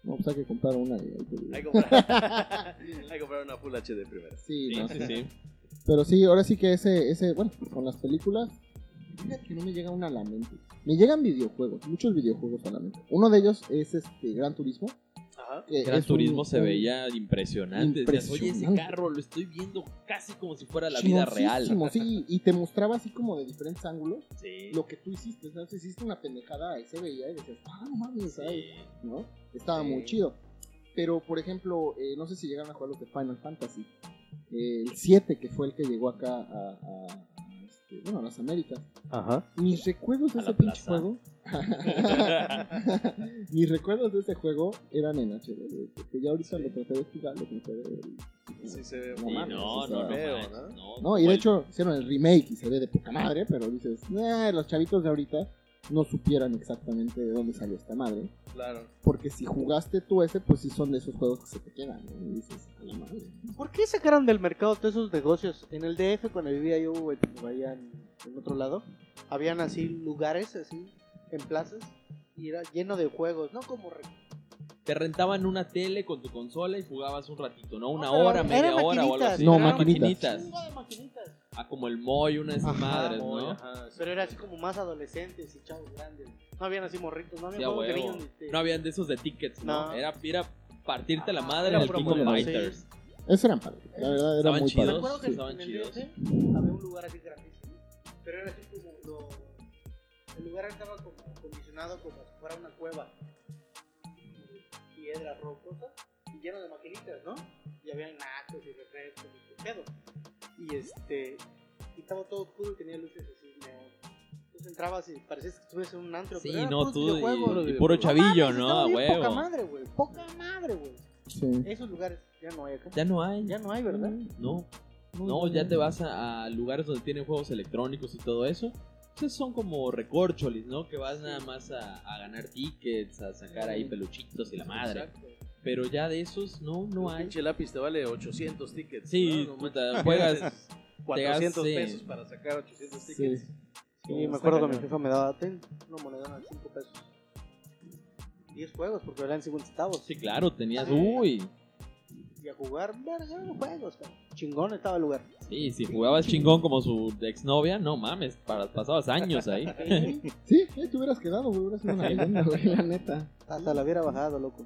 S4: No, pues hay que comprar una. y ahí te digo.
S5: Hay que comprar, hay que comprar una Full HD primero.
S4: Sí,
S1: Sí,
S4: no,
S1: sí, sí.
S4: Pero sí, ahora sí que ese, ese, bueno, con las películas, fíjate que no me llega una a la mente. Me llegan videojuegos, muchos videojuegos a la mente. Uno de ellos es este Gran Turismo.
S5: Ajá.
S4: que
S1: Gran
S4: es un-
S1: Turismo se
S4: un
S1: veía impresionante. Decías, Oye, ese
S4: Impresionante.
S1: carro lo estoy viendo casi como si fuera la vida real.
S4: chingosísimo, Sí, y te mostraba así como de diferentes ángulos
S1: Sí.
S4: lo que tú hiciste. O sea, si hiciste una pendejada y se veía y decías, ah, no mames, ¿sabes?
S1: Sí.
S4: ¿no? Estaba
S5: Sí.
S4: muy chido. Pero, por ejemplo, eh, no sé si llegaron a jugar los de Final Fantasy. Eh, el 7, que fue el que llegó acá a, a- a este, este, bueno, a las Américas.
S6: Ajá.
S4: Mis recuerdos de
S5: A la
S4: ese pinche
S5: plaza.
S4: juego. Mis recuerdos de ese juego eran en HD. Que ya ahorita lo traté de jugar, lo traté de.
S5: Sí, se ve
S4: No
S5: muy
S1: Sí,
S4: mames,
S1: no, no,
S4: o sea,
S1: no,
S5: feo,
S1: manches,
S5: ¿no?
S1: no.
S4: No, y de hecho hicieron el remake y se ve de poca madre, pero dices, "Nah, los chavitos de ahorita no supieran exactamente de dónde salió esta madre.
S5: claro.
S4: Porque si jugaste tú ese, pues sí son de esos juegos que se te quedan. ¿no? Y dices, a la madre.
S3: ¿Por qué sacaron del mercado todos esos negocios? En el DF, cuando vivía yo güey, allá en, en otro lado, habían así lugares, así, en plazas, y era lleno de juegos, ¿no? Como re-
S1: Te rentaban una tele con tu consola y jugabas un ratito, ¿no? Una
S3: No, pero
S1: hora,
S3: eran
S1: media hora o algo
S3: maquinitas,
S1: así.
S4: No,
S1: Eran
S4: maquinitas.
S3: chingo de maquinitas.
S1: Ah, como el Moy, una de esas
S3: Ajá,
S1: madres, ¿no?
S5: Ah, Muy, ajá, sí.
S3: Pero era así como más adolescentes y chavos grandes. No habían así morritos, no habían
S1: Sí, a
S3: juegos de
S1: huevo.
S3: niños. ni de-
S1: No habían de esos de tickets, ¿no?
S3: No.
S1: Era, era partirte la
S3: Ajá,
S1: madre
S3: era
S1: en el King of
S3: promover, sí.
S1: Fighters.
S4: Esos eran padres. La verdad, eran
S1: Estaban
S4: muy
S3: Me
S1: chidos.
S4: padres.
S3: acuerdo que
S1: sí.
S3: en el
S1: Estaban chidos.
S3: DF había un lugar así grandísimo, pero era así como lo- el lugar estaba como acondicionado como si fuera una cueva, piedras rocosas y lleno de maquinitas, ¿no? Y había nachos y refrescos y qué pedo. Y este, y estaba todo oscuro y tenía luces así neón. Entonces entrabas y parecías que estuviese en un antro.
S1: Sí,
S3: pero eran
S1: no,
S3: puros
S1: tú y-
S3: videojuegos,
S1: y,
S3: güey.
S1: puro
S3: No
S1: chavillo,
S3: mames,
S1: ¿no?
S3: estaba
S1: A
S3: bien Poca
S1: huevo.
S3: madre, güey. Poca madre, güey.
S4: Sí.
S3: Esos lugares ya no hay acá.
S1: Ya no hay.
S3: Ya no hay, ¿verdad?
S1: No, no, ya te vas a, a lugares donde tienen juegos electrónicos y todo eso. Esos son como recorcholis, ¿no? Que vas nada más a, a ganar tickets, a sacar ahí peluchitos y la madre.
S5: Exacto.
S1: Pero ya de esos no, no
S5: Un
S1: hay.
S5: pinche lápiz te vale 800 tickets.
S1: Sí,
S5: ¿no? No
S1: puta,
S5: manches.
S1: juegas.
S5: 400
S1: sí.
S5: pesos para sacar 800
S4: Sí.
S5: tickets.
S3: Sí, me acuerdo que mi jefa me daba ten, una monedona de 5 pesos. 10 juegos, porque eran 50 centavos.
S1: Sí, claro, tenías. Uy.
S3: Y a jugar, verga, eran juegos, cabrón. Chingón estaba el lugar.
S1: Sí, si jugabas chingón como su exnovia, no mames, para, pasabas años ahí.
S4: Sí, ahí te hubieras quedado, güey. Hubieras sido una leyenda, güey, la neta.
S3: Hasta la hubiera bajado, loco.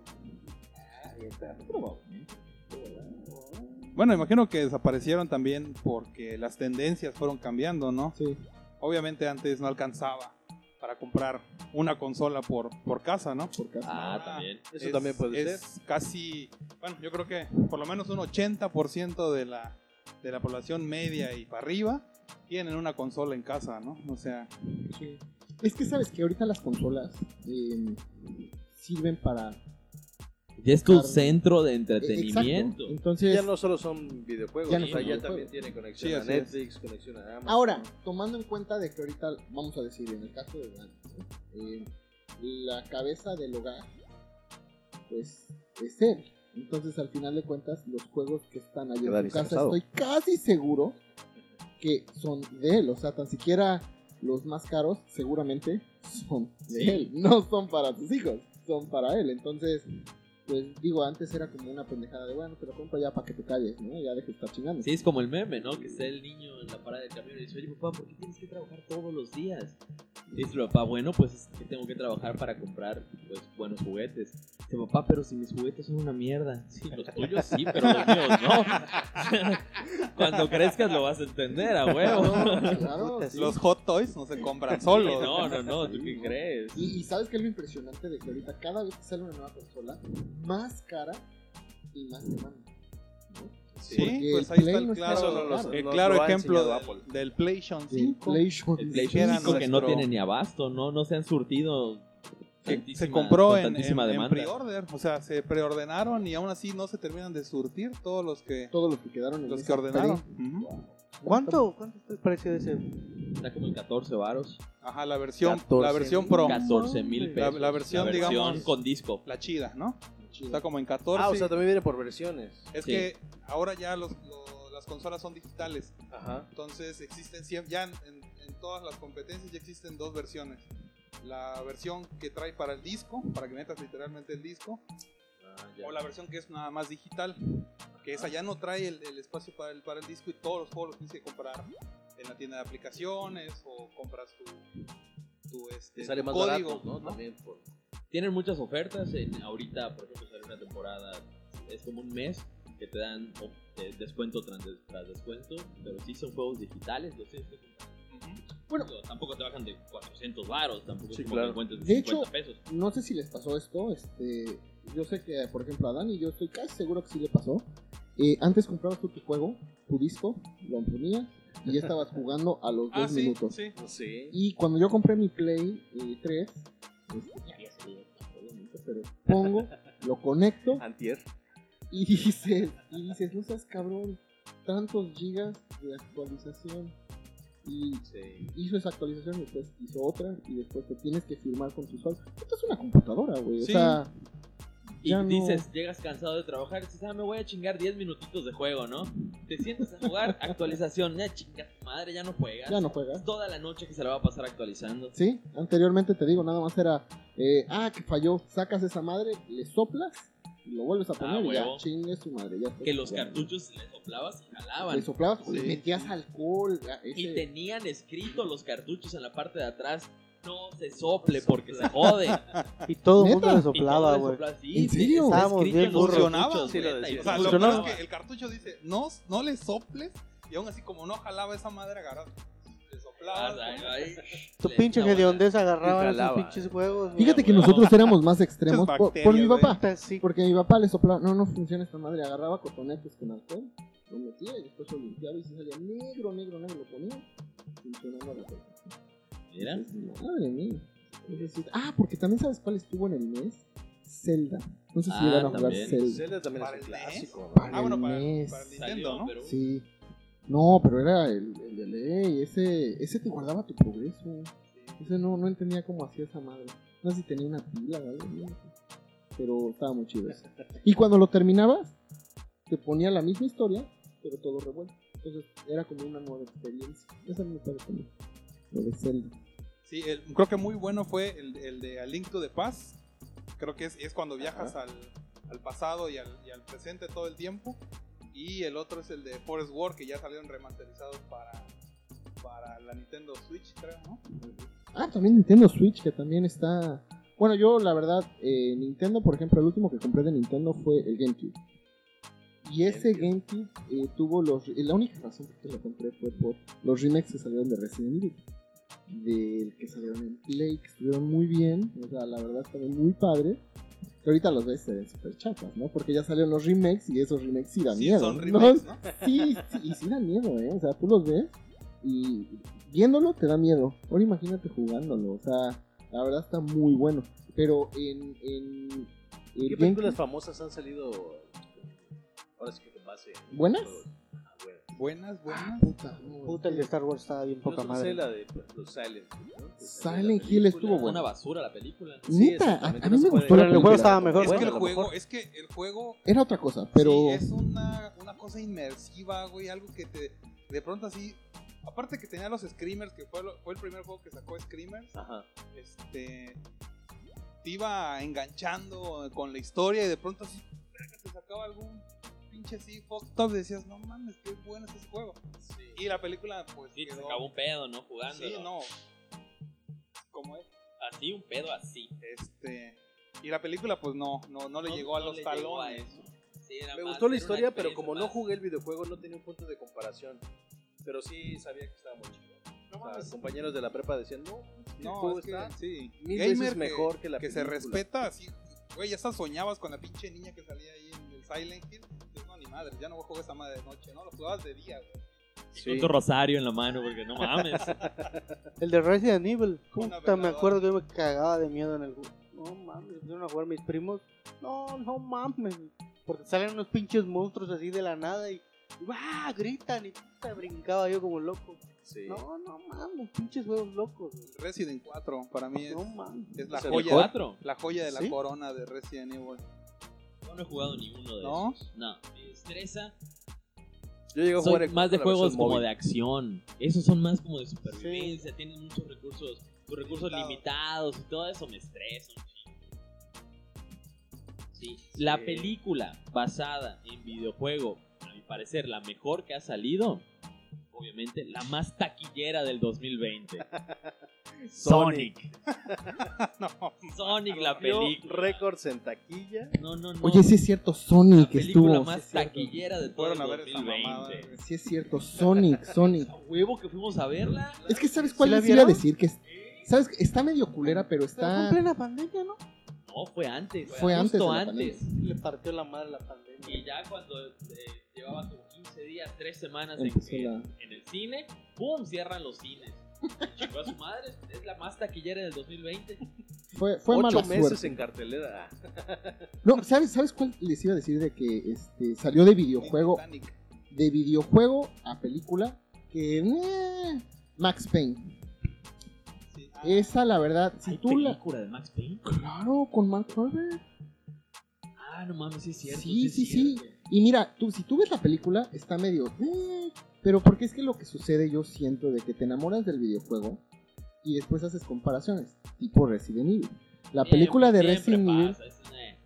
S2: Bueno, imagino que desaparecieron también porque las tendencias fueron cambiando, ¿no?
S4: Sí.
S2: Obviamente antes no alcanzaba para comprar una consola por, por casa, ¿no?
S4: Por casa.
S1: Ah,
S2: Ah,
S1: también.
S5: Eso también puede
S2: es
S5: ser.
S2: casi, bueno, yo creo que por lo menos un 80% de la, de la población media y para arriba tienen una consola en casa, ¿no? O sea,
S4: Sí. Es que sabes que ahorita las consolas eh, sirven para.
S1: Ya es tu
S4: Claro. E-,
S1: centro de
S4: Exacto.
S1: entretenimiento.
S4: Entonces.
S5: Ya no solo son videojuegos,
S4: Ya
S5: ya,
S4: no son
S5: ya
S4: videojuegos.
S5: también tiene conexión
S2: Sí,
S5: a
S2: así es.
S5: Netflix, conexión a Amazon.
S4: Ahora, tomando en cuenta de que ahorita, vamos a decir, en el caso de Dani, ¿no? Eh, la cabeza del hogar, pues es él. Entonces, al final de cuentas, los juegos que están allí en
S5: Dani
S4: su
S5: está
S4: casa,
S5: casado.
S4: estoy casi seguro que son de él. O sea, tan siquiera los más caros, seguramente son de él. No son para sus hijos, son para él. Entonces, pues digo, antes era como una pendejada de, bueno, te lo compro ya para que te calles, ¿no? Ya dejes de estar chingando.
S1: Sí, es como el meme, ¿no? Que está el niño en la parada del camión y dice, oye, papá, ¿por qué tienes que trabajar todos los días? Y dice, papá, bueno, pues es que tengo que trabajar para comprar pues, buenos juguetes. Dice, papá, pero si mis juguetes son una mierda. Sí, los tuyos sí, pero los míos no. Cuando crezcas lo vas a entender, a huevo.
S4: Claro,
S3: Puta,
S4: sí.
S2: los hot toys no se compran solos.
S1: No, no, no, ¿tú qué crees?
S4: Y, y sabes que es lo impresionante de que ahorita cada vez que sale una nueva consola, más cara y más demanda.
S2: Sí,
S4: Porque
S2: pues
S4: el
S2: ahí
S4: Play
S2: está el
S4: no
S2: claro,
S5: Eso no lo-
S2: el
S5: no
S2: claro
S5: lo ha
S2: ejemplo
S5: enseñado
S2: del,
S5: Apple.
S2: del PlayStation
S4: El
S2: 5.
S4: PlayStation
S1: El
S2: Play-
S1: PlayStation
S2: Dijera
S1: 5 que no
S2: nuestro-
S1: tiene ni abasto, no, no se han surtido.
S2: que se
S1: tantísima-
S2: compró
S1: con
S2: en, en,
S1: tantísima
S2: en
S1: demanda.
S2: pre-order, o sea, se preordenaron y aún así no se terminan de surtir todos los que
S4: todos los que quedaron en
S2: los
S4: esa
S2: que ordenaron.
S4: pre-
S2: Ujú.
S3: ¿Cuánto? ¿Cuánto es el precio de ese?
S1: Está como en 14 varos.
S2: Ajá, la versión,
S5: 14.
S2: la versión pro,
S1: 14 mil
S2: La-
S1: pesos.
S2: la versión, digamos-
S1: con disco.
S2: la chida, ¿no?
S4: chida.
S2: Está como en 14.
S5: Ah, o sea, también viene por versiones.
S2: es
S1: sí.
S2: que ahora ya los- lo- las consolas son digitales,
S5: Ajá.
S2: entonces existen siempre, ya en, en- en todas las competencias ya existen dos versiones. La versión que trae para el disco, para que metas literalmente el disco,
S5: Ah,
S2: o la versión que es nada más digital, que esa ya no trae el, el espacio para el, para el disco y todos los juegos los tienes que comprar en la tienda de aplicaciones o compras tu, tu, este,
S5: Te sale
S2: tu
S5: más
S2: código,
S5: barato, ¿no?
S2: ¿no?
S5: También por...
S1: Tienen muchas ofertas. En, ahorita, por ejemplo, sale una temporada, es como un mes que te dan o- eh, descuento tras, des- tras descuento, pero sí son juegos digitales, los tienes que comprar.
S2: Ujú.
S1: Bueno, tampoco te bajan de 400 varos, tampoco
S5: Sí,
S1: es como
S5: claro.
S1: que encuentres
S4: De
S1: de 50
S4: hecho-
S1: pesos.
S4: No sé si les pasó esto, este, yo sé que por ejemplo a Dani, yo estoy casi seguro que sí le pasó. Eh, antes comprabas tú tu juego, tu disco, lo ponías, y ya estabas jugando a los
S2: Ah,
S4: dos
S2: sí,
S4: minutos.
S2: sí.
S5: No sé.
S4: Y cuando yo compré mi Play eh, 3, este, ya había salido, obviamente, pero pongo, lo conecto
S5: Antier.
S4: y dices, y dices, no seas cabrón, tantos gigas de actualización. Y
S5: Sí.
S4: hizo esa actualización, después hizo otra y después te tienes que firmar con tu usuario. Esto es una computadora, güey. O
S2: Sí.
S4: sea,
S1: Y
S4: ya no-
S1: dices, llegas cansado de trabajar, dices, ah, me voy a chingar 10 minutitos de juego, ¿no? Te sientes a jugar, actualización, ya chinga tu madre, ya no juegas.
S4: ya no juegas.
S1: Es Toda la noche que se la va a pasar actualizando.
S4: Sí, anteriormente te digo, nada más era, eh, ah, que falló, sacas esa madre, le soplas y lo vuelves a poner y ya,
S1: Ah, huevo.
S4: chingue su madre. Ya
S1: Que los
S4: cartuchos
S1: cartuchos le soplabas y
S4: Le
S1: jalaban.
S4: soplabas, o le
S2: Sí.
S4: metías alcohol. a ese-
S1: Y tenían escrito los cartuchos en la parte de atrás, no se sople porque se jode.
S3: Y todo el
S4: ¿Neta?
S3: mundo le
S1: Y todo
S3: soplaba,
S1: le
S3: güey.
S1: soplaba, sí,
S4: ¿En
S1: sí,
S4: serio?
S1: está
S3: Estábamos
S1: escrito
S3: bien
S1: en los
S3: burros.
S1: cartuchos,
S2: Funcionaba,
S5: sí lo
S1: neta, y
S5: decía.
S2: O sea, lo
S1: funcionaba.
S2: peor es que el cartucho dice, no, no le soples, y aún así como no jalaba esa madre agarraba, le soplaba.
S1: Ah, ay, ay,
S3: Tu
S1: le
S3: pinche
S1: echaba la-
S3: hediondez agarraba
S5: Y
S3: esos
S5: calaba,
S3: pinches juegos, güey.
S4: Fíjate que
S1: Ah, huevo.
S4: nosotros éramos más extremos
S2: Muchas
S4: por, por mi
S2: bacterias, güey.
S4: papá.
S3: Puta, sí.
S4: Porque mi papá le soplaba, no, no funciona esta madre, agarraba cotonetes con alcohol, lo metía y después lo limpiaba y se salía negro, negro, negro, lo ponía, funcionaba la cosa.
S1: Mira,
S4: Dices, Madre mía. Es decir, ah, porque también sabes cuál estuvo en el mes, Zelda. No sé si
S1: Ah,
S4: iban a jugar
S1: también.
S4: Zelda.
S5: Zelda también es
S2: Para
S5: un
S2: el NES.
S5: clásico, ¿no?
S4: Para
S2: Ah, bueno,
S4: el
S2: para,
S4: NES.
S2: para el Nintendo,
S1: salió,
S2: ¿no?
S1: pero
S4: Sí. No, pero era el, el de ley, ese, ese te guardaba tu progreso. Ese no, no entendía cómo hacía esa madre. No sé si tenía una pila o algo. ¿no? Pero estaba muy chido eso. Y cuando lo terminabas, te ponía la misma historia, pero todo revuelto. Entonces era como una nueva experiencia. Esa me parece también. Lo de Zelda.
S2: Sí, el- creo que muy bueno fue el, el de A Link to the Past. Creo que es, es cuando viajas al, al pasado y al, y al presente todo el tiempo. Y el otro es el de Forest War, que ya salieron remasterizados para, para la Nintendo Switch, creo, ¿no?
S4: Ah, también Nintendo Switch, que también está. Bueno, yo la verdad, eh, Nintendo, por ejemplo, el último que compré de Nintendo fue el GameCube. Y ese GameCube eh, tuvo los. eh, la única razón por que lo compré fue por los remakes que salieron de Resident Evil. Del que salieron en Play, que estuvieron muy bien. O sea, la verdad, estaban muy padres. Que ahorita los ves, se ven súper chapas, ¿no? Porque ya salieron los remakes y esos remakes sí dan
S2: Sí,
S4: miedo.
S2: son
S4: ¿no?
S2: remakes, ¿no?
S4: Sí, sí, y sí da miedo, ¿eh? O sea, tú los ves y viéndolo te da miedo. Ahora imagínate jugándolo, o sea, la verdad está muy bueno. Pero en. en el
S5: ¿Qué
S4: GameCube-
S5: películas famosas han salido? Ahora sí que te pase.
S4: ¿Buenas?
S5: Ah, buenas.
S2: Buenas,
S4: Ah,
S2: buenas.
S4: puta, no, güey.
S3: Puta, el de Star Wars estaba bien poca
S5: Yo solo sé
S3: madre.
S5: la de los Silent Hill. ¿no? Que salió
S4: Silent
S5: la
S4: Hill
S5: película.
S4: estuvo
S1: Fue
S4: bueno.
S1: una basura la película. ¿no?
S5: Sí,
S4: Neta, a, a
S5: exactamente,
S4: mí me
S5: no se puede.
S4: gustó
S3: Pero
S4: la
S3: el juego
S4: película.
S3: estaba mejor,
S2: es
S5: bueno,
S2: que
S5: a
S2: el
S5: lo
S2: juego,
S5: mejor.
S2: es que el juego
S4: Era otra cosa, pero.
S2: sí, es una, una cosa inmersiva, güey, algo que te de pronto así aparte que tenía los screamers que fue, lo- fue el primer juego que sacó screamers,
S5: Ajá.
S2: este te iba enganchando con la historia y de pronto así te sacaba algún pinche así fucked up y decías, "No mames, qué bueno es ese juego." Y la película pues
S1: Sí, se
S2: quedó-
S1: acabó un pedo, ¿no? Jugando.
S2: Sí, no. Como es
S1: Así, un pedo así.
S2: este y la película pues no no no le
S1: No-
S2: llegó a
S1: no
S2: los
S1: le llegó a
S2: talones.
S1: eso. Sí, era
S5: Me
S1: más- era
S5: gustó la
S1: una
S5: historia, pero
S1: experiencia
S5: como no
S1: más.
S5: jugué el videojuego, no tenía un punto de comparación. Pero sí sabía que estaba muy chido.
S2: No
S5: O sea,
S2: mames.
S5: compañeros de la prepa decían, no, el
S2: No,
S5: juego
S2: es que
S5: está
S2: sí.
S5: mil
S2: Gamer
S5: veces
S2: que-
S5: mejor que, la
S2: que se
S5: película".
S2: respeta así. Güey, ya hasta soñabas con la pinche niña que salía ahí en el Silent Hill. Dices, no, ni madre, ya no voy a jugar esa madre de noche, ¿no? Lo jugabas de día, güey.
S5: Sí.
S1: Con tu rosario en la mano, porque no mames.
S3: El de Resident Evil.
S2: Una
S3: Puta, me
S2: veladora.
S3: acuerdo que yo me cagaba de miedo en el juego. No mames, empezaron a jugar mis primos. No, no mames. Porque salen unos pinches monstruos así de la nada y. ¡Bah! Gritan y puta, brincaba yo como loco.
S5: Sí.
S3: No, no mames, pinches juegos locos. güey.
S2: Resident 4 para mí es,
S3: No mames.
S2: es la
S5: ¿Es el
S1: ¿El
S2: joya.
S1: 4?
S2: La joya de la
S3: ¿Sí?
S2: corona de Resident Evil.
S1: Yo no he jugado ninguno de
S2: ¿No?
S1: esos. No, me estresa.
S5: Yo llegué a
S1: Soy
S5: jugar en-
S1: más de
S5: con la
S1: juegos
S5: versión
S1: como
S5: móvil.
S1: de acción. Esos son más como de supervivencia. Tienen muchos recursos, tus recursos
S2: Limitado.
S1: limitados y todo eso me estresa un chingo. Sí. La película basada en videojuego, a mi parecer, la mejor que ha salido, obviamente, la más taquillera del 2020. Sonic.
S2: no,
S1: Sonic, la
S5: Rompió
S1: película.
S5: récords en taquilla.
S1: No, no, no.
S4: Oye, sí es cierto,
S1: la
S4: Sonic
S1: película
S4: estuvo.
S1: más
S4: sí, es cierto.
S1: taquillera de todo el
S2: fueron a ver esa
S1: 2020.
S2: mamada. güey.
S4: Sí es cierto, Sonic, Sonic.
S1: A huevo que fuimos a verla.
S4: Es que sabes cuál
S3: la
S4: les iba a
S3: vieron?
S4: decir que es- sabes que está medio culera, pero
S3: Pero fue
S4: está
S3: en plena pandemia, ¿no?
S1: No, fue antes.
S4: Fue antes de
S1: justo
S4: la
S1: antes.
S3: Le partió la madre la pandemia.
S1: Y ya cuando eh, llevaba como 15 accedía a tres semanas en,
S4: Empezó
S1: en-
S4: la-
S1: en el cine, ¡pum! Cierran los cines. Chingó a su madre, es la más taquillera del 2020.
S4: Fue, fue
S5: Ocho
S4: mala
S5: meses
S4: suerte.
S5: en cartelera.
S4: No, ¿sabes, ¿sabes cuál les iba a decir de que este, salió de videojuego? De videojuego a película que... eh, Max Payne. Esa, la verdad,
S1: ah.
S4: si
S1: ¿Hay
S4: tú la...
S1: película de Max Payne?
S4: Claro, con Mark Wahlberg.
S1: Ah, no mames, sí es cierto.
S4: Sí,
S1: es
S4: sí, sí.
S1: cierto.
S4: Y mira, tú, si tú ves la película, está medio... eh, pero porque es que lo que sucede, yo siento, de que te enamoras del videojuego y después haces comparaciones, tipo Resident Evil. La
S1: Siempre,
S4: película de
S1: Eh, siempre
S4: Resident Evil
S1: pasa, es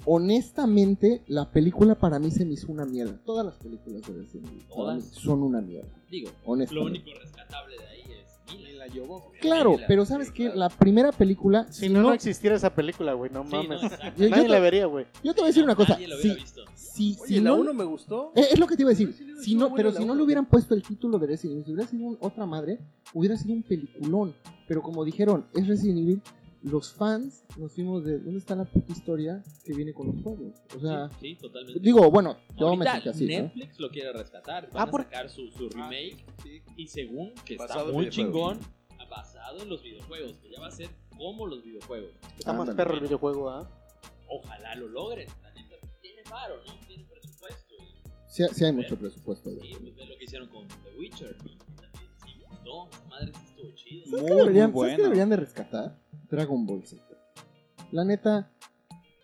S1: una-
S4: honestamente, la película para mí se me hizo una mierda. Todas las películas de Resident Evil para
S1: Todas.
S4: mí son una mierda,
S1: Digo, lo
S4: honestamente.
S1: único rescatable de ahí es Mila.
S2: la llevó.
S4: Claro,
S1: Sí, la-
S4: pero ¿sabes qué?
S1: claro.
S4: La primera película...
S3: Si no, no existiera esa película, güey, no
S1: Sí,
S3: mames.
S1: no, exacto.
S4: Yo- yo
S3: Nadie
S4: te-
S3: la vería, güey.
S4: Yo te voy a decir una cosa.
S1: Nadie lo
S4: si-
S1: hubiera visto.
S4: si-
S5: Oye,
S4: si
S5: la
S4: no-
S5: 1 me gustó.
S4: Eh, Es lo que te iba a decir.
S5: Sí, sí, sí,
S4: Si no,
S5: buena
S4: pero
S5: la
S4: si no
S5: otra.
S4: le hubieran puesto el título de Resident Evil, si hubiera sido un- otra madre, hubiera sido un peliculón. Pero como dijeron, es Resident Evil, los fans nos fuimos de dónde está la puta historia que viene con los juegos. O sea,
S1: Sí, sí, totalmente.
S4: digo, bueno, yo me
S1: Ahorita
S4: sentí así. ¿no?
S1: Netflix lo quiere rescatar. Van
S3: Ah,
S1: a
S3: por-
S1: sacar su, su remake.
S2: Sí,
S1: Y según que
S5: Basado en
S1: está muy
S5: videojuegos.
S1: chingón, basado en los videojuegos. Que ya va a ser como los videojuegos.
S3: Está más
S4: Ándale.
S3: perro el videojuego, ¿ah?
S1: Ojalá lo logren. La neta, tiene paro, ¿no? Tiene presupuesto.
S4: Sí, sí hay mucho presupuesto.
S1: Y
S4: ahí.
S1: pues ve lo que hicieron con The Witcher. ¿no? Que También sí gustó. Esa madre sí estuvo chido.
S4: ¿Sabes
S2: Muy,
S4: qué deberían,
S2: muy
S4: sabes qué
S2: bueno.
S4: deberían de rescatar? Dragon Ball Z. La neta.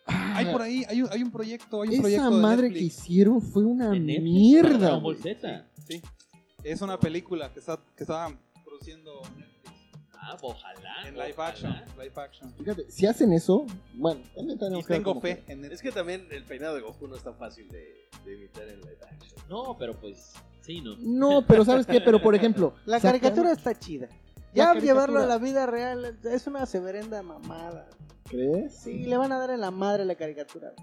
S4: ah,
S2: Hay por ahí, hay un, hay un proyecto, hay un
S4: esa
S2: proyecto de
S4: madre que
S2: Netflix.
S4: hicieron fue una
S1: En Netflix, para
S4: mierda.
S1: Dragon Ball
S4: güey.
S1: Z.
S2: Sí. Es una película que está, que está produciendo Netflix
S1: Ah, ojalá.
S2: en live
S1: ojalá.
S2: action, live action.
S4: Fíjate, si hacen eso, bueno, también
S2: Y
S4: tenemos que ver
S2: tengo
S4: cómo
S2: fe
S4: queda.
S2: en
S5: Es
S2: Netflix.
S5: que también el peinado de Goku no es tan fácil de, de imitar en live action.
S1: No, pero pues, sí, ¿no?
S4: No, pero ¿sabes qué? Pero por ejemplo,
S3: La
S4: sacaron-
S3: caricatura está chida.
S4: La
S3: Ya
S4: caricatura.
S3: llevarlo a la vida real es una severenda mamada.
S4: ¿Crees?
S3: Sí, le van a dar en la madre la caricatura.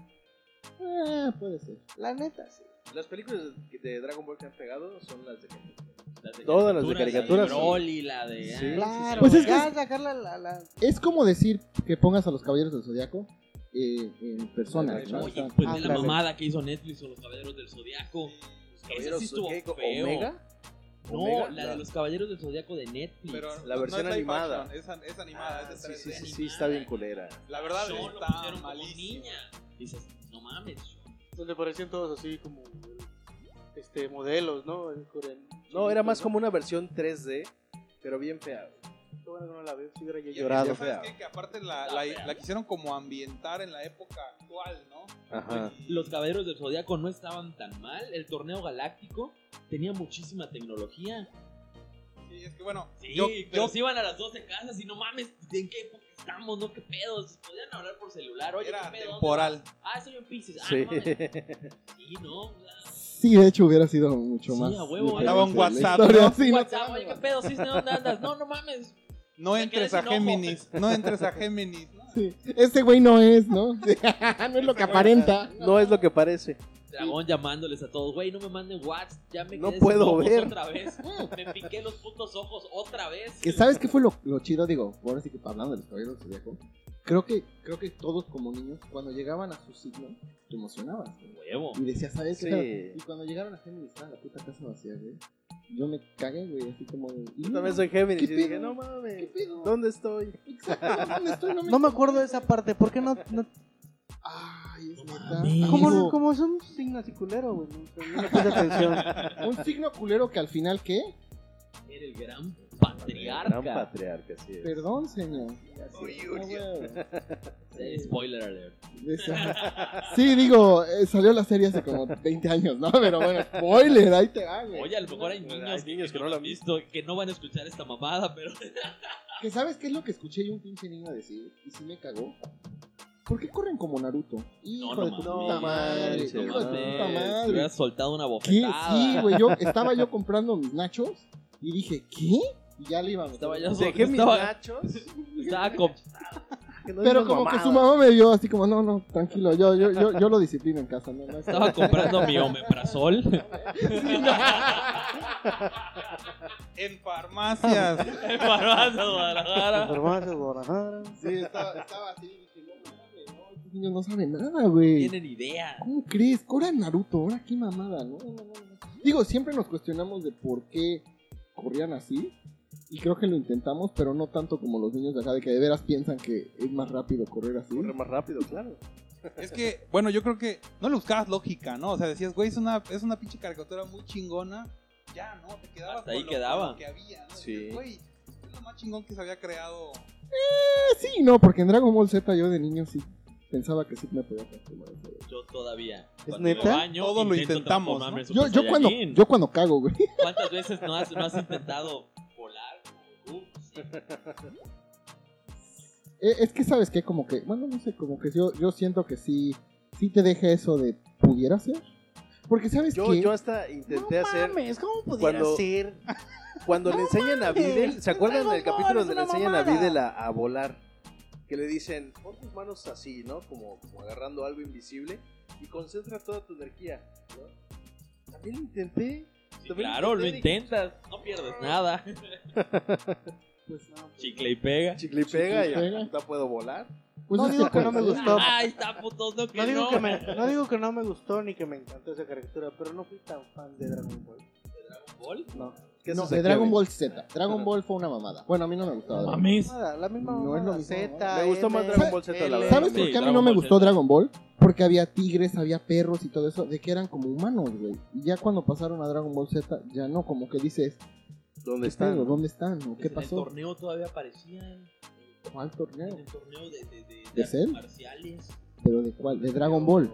S4: Ah, puede ser.
S3: La neta, sí.
S5: Las películas de Dragon Ball que han pegado son las de Netflix.
S1: Las de
S5: Todas las de caricaturas,
S1: La
S5: sí.
S1: de Broly, la de. ah,
S5: Sí.
S3: Claro,
S4: Pues es que-
S3: ya sacarla la, la-
S4: Es como decir que pongas a los caballeros del zodiaco eh, en personas.
S5: Oye,
S4: ¿no?
S1: Oye,
S4: Están-
S1: pues ve la
S3: Ándale.
S1: mamada que hizo Netflix con los Caballeros del Zodíaco. Ese sí estuvo
S5: Zodíaco,
S1: feo.
S5: Omega.
S1: No,
S5: Omega,
S1: la de los Caballeros del Zodiaco de Netflix.
S2: Pero
S5: La versión
S2: es live
S5: animada.
S2: action, es, an- es animada,
S5: Ah,
S2: es de
S5: sí, sí,
S2: 3D.
S5: sí, sí, está bien culera.
S2: La verdad
S1: Solo
S2: está
S1: pusieron como
S2: malísima.
S1: niña. Dices, no mames. Sean.
S3: Donde parecían todos así como este modelos, ¿no? El coreano.
S5: No, era más
S3: ¿no?
S5: como una versión 3D, pero bien fea.
S3: Qué bueno que no la veo, si hubiera yo
S2: Y- y
S3: llorado.
S2: ¿sabes
S5: fea.
S2: qué? Que aparte la, la- la quisieron como ambientar en la época actual, ¿no?
S5: Ajá.
S1: Los Caballeros del Zodiaco no estaban tan mal. El torneo galáctico tenía muchísima tecnología.
S2: Sí, es que bueno,
S1: Sí,
S2: yo,
S1: pero
S2: yo-
S1: se iban a las 12 casas y no mames, ¿en qué época estamos? ¿No? ¿Qué pedos? Podían hablar por celular. Oye,
S2: era
S1: ¿qué pedo? ¿Dónde
S2: temporal.
S1: vas? Ah, soy un Pisces. Ah,
S5: Sí.
S1: no mames. Sí, no. o sea,
S4: Sí, de hecho hubiera sido mucho
S1: Sí,
S4: más.
S1: a huevo,
S4: diferente
S1: mandaba un
S4: la
S2: WhatsApp,
S4: historia,
S2: ¿no?
S4: sí, ¿no?
S1: WhatsApp, oye, ¿qué pedo? Cisne, ¿dónde andas? No, no mames.
S2: No
S1: Te
S2: entres
S1: quedé
S2: a
S1: sin ojo.
S2: Géminis, no entres a Géminis. ¿no?
S4: Sí. Este güey no es, ¿no? Sí, no es lo que aparenta.
S5: No es lo que parece.
S1: Dragón llamándoles a todos, güey, no me manden WhatsApp, ya me
S5: No
S1: quedé
S5: puedo
S1: sin ojos
S5: ver.
S1: otra vez. Uh, Me piqué los putos ojos otra vez.
S4: Que sabes qué fue lo, lo chido, digo, ahora sí que hablando de los caballeros del zodiaco, creo que, creo que todos como niños, cuando llegaban a su signo, te emocionabas, güey.
S1: Huevo.
S4: Y decías, ¿sabes qué?
S5: Sí.
S4: Y cuando llegaron a Géminis, estaba la puta casa vacía, güey. Yo me cagué, güey, así como. de,
S5: Yo también soy Géminis
S4: ¿Qué
S5: y dije,
S4: pedo?
S5: no
S4: ¿Qué
S5: mames,
S4: pedo?
S5: ¿dónde estoy?
S4: Exacto, ¿dónde estoy?
S3: No me acuerdo de esa parte, ¿por qué no? no-
S4: Ay, es
S1: No
S4: neta.
S1: mames.
S3: como,
S4: Amigo,
S3: como es un signo así culero, güey. No, sé, no le puse atención.
S4: Un signo culero que al final, ¿qué?
S1: Era el gran
S5: Gran
S1: patriarca.
S5: patriarca, sí. es.
S4: Perdón, señor.
S5: Orión.
S4: Ah, güey.
S1: Eh, Spoiler alert.
S4: Esa- Sí, digo, eh, salió la serie hace como 20 años, ¿no? Pero bueno, spoiler, ahí te va, güey.
S1: Oye, a lo mejor hay niños,
S5: Hay niños que no
S1: lo
S5: la
S1: han visto, que no van a escuchar esta mamada, pero
S4: ¿Que sabes qué es lo que escuché yo un pinche niño decir? Y sí me cagó. ¿Por qué corren como Naruto? Hijo de tu
S1: mames,
S4: puta
S1: no
S4: madre.
S1: mames,
S4: Hijo de tu
S1: no
S4: puta
S1: mames, te
S4: madre.
S1: hubieras soltado una
S4: ¿Qué?
S1: bofetada.
S4: Sí, güey. Yo estaba yo comprando mis nachos y dije, ¿qué? Y ya le iba a meter.
S1: Estaba yo
S5: Dejé mis
S1: estaba-
S5: nachos.
S1: estaba con-
S5: que no
S4: Pero
S5: digas
S4: como que su
S5: mamadas.
S4: mamá me vio así como, no, no, tranquilo, yo, yo, yo, yo lo disciplino en casa, no, no es-
S1: estaba comprando mi omeprazol.
S2: En farmacias.
S1: en Barbaza, Guadalajara.
S3: Hermanos de Guadalajara.
S4: Sí, estaba, estaba así, dije, no mames, no, estos niños no saben nada, güey.
S1: Tienen idea.
S4: ¿Cómo crees? Ahora Naruto, ahora qué mamada, ¿no? No, no, no, no. Digo, siempre nos cuestionamos de por qué corrían así. Y creo que lo intentamos, pero no tanto como los niños de acá, de que de veras piensan que es más rápido correr así.
S5: Corre más rápido, claro.
S2: Es que, bueno, yo creo que no le buscabas lógica, ¿no? O sea, decías, güey, es una, es una pinche caricatura muy chingona. Ya, ¿no? Te quedabas
S1: Hasta ahí
S2: con lo-
S1: quedaba.
S2: con lo que había, ¿no?
S5: Sí.
S2: Decías, güey, es lo más chingón que se había creado.
S4: Eh, sí, no, porque en Dragon Ball Z yo de niño sí pensaba que sí me podía transformar. en Saiyajin.
S1: Yo todavía.
S3: ¿Es
S1: cuando me
S3: neta?
S1: baño,
S2: Todo lo
S1: intento
S2: intentamos,
S1: transformarme en
S4: Yo,
S1: Super
S4: yo, cuando,
S1: Saiyajin.
S4: yo cuando cago, güey.
S1: ¿Cuántas veces no has, no has intentado volar? como Goku? Sí.
S4: Eh, Es que sabes que como que, bueno, no sé, como que yo, yo siento que sí, sí te deja eso de pudiera ser. Porque sabes
S5: Yo,
S4: que
S5: yo hasta intenté hacer.
S6: mames, ¿cómo pudiera
S5: cuando-
S6: ser?
S5: Cuando le
S6: No
S5: enseñan a
S6: mames,
S5: Videl, ¿se acuerdan
S6: Dragon
S5: del
S6: Ball
S5: capítulo
S6: es
S5: donde le
S6: una
S5: enseñan a
S6: mamada?
S5: Videl a, a volar? Que le dicen, pon tus manos así, ¿no? Como, como agarrando algo invisible y concentra toda tu energía, ¿no? También intenté.
S1: Sí,
S5: también
S1: claro, lo
S5: intenté,
S1: intentas. No pierdes nada.
S3: Pues no, pues,
S1: Chicle y pega.
S5: Chicle y pega,
S4: Chicle y
S5: ya.
S4: pega.
S5: No puedo volar.
S4: Pues
S3: No
S4: es
S3: digo que no me
S4: cuando-
S3: gustó.
S1: Ay, está puto, no que
S3: No
S1: no.
S3: digo que, me, no digo que no me gustó ni que me encantó esa caricatura, pero no fui tan fan de Dragon Ball.
S1: Gol.
S3: No.
S5: ¿Qué
S4: No,
S5: haces
S4: de
S5: aquí,
S4: Dragon
S5: Abel?
S4: Ball Z. Dragon Ball fue una mamada. Bueno, a mí no me gustaba. Dragon Ball.
S1: Mames.
S3: Nada, la misma
S4: No es lo
S3: mamada,
S4: mismo,
S3: Z,
S5: Me gustó
S3: M,
S5: más Dragon Ball Z, la
S3: L.
S5: verdad.
S4: ¿Sabes
S1: Sí,
S4: por qué a mí
S1: Dragon
S4: no me
S1: Ball
S4: gustó
S1: Z.
S4: Dragon Ball? Porque había tigres, había perros y todo eso, de que eran como humanos, güey. Y ya cuando pasaron a Dragon Ball Z, ya no, como que dices,
S5: ¿Dónde están?
S4: pero ¿dónde están? ¿O ¿Qué
S1: En el
S4: pasó?
S1: torneo todavía aparecían.
S4: ¿Cuál
S1: En
S4: torneo?
S1: el torneo de, de, de,
S4: ¿De
S1: artes
S4: Cell?
S1: marciales.
S4: ¿Pero de cuál? ¿De Dragon Ball?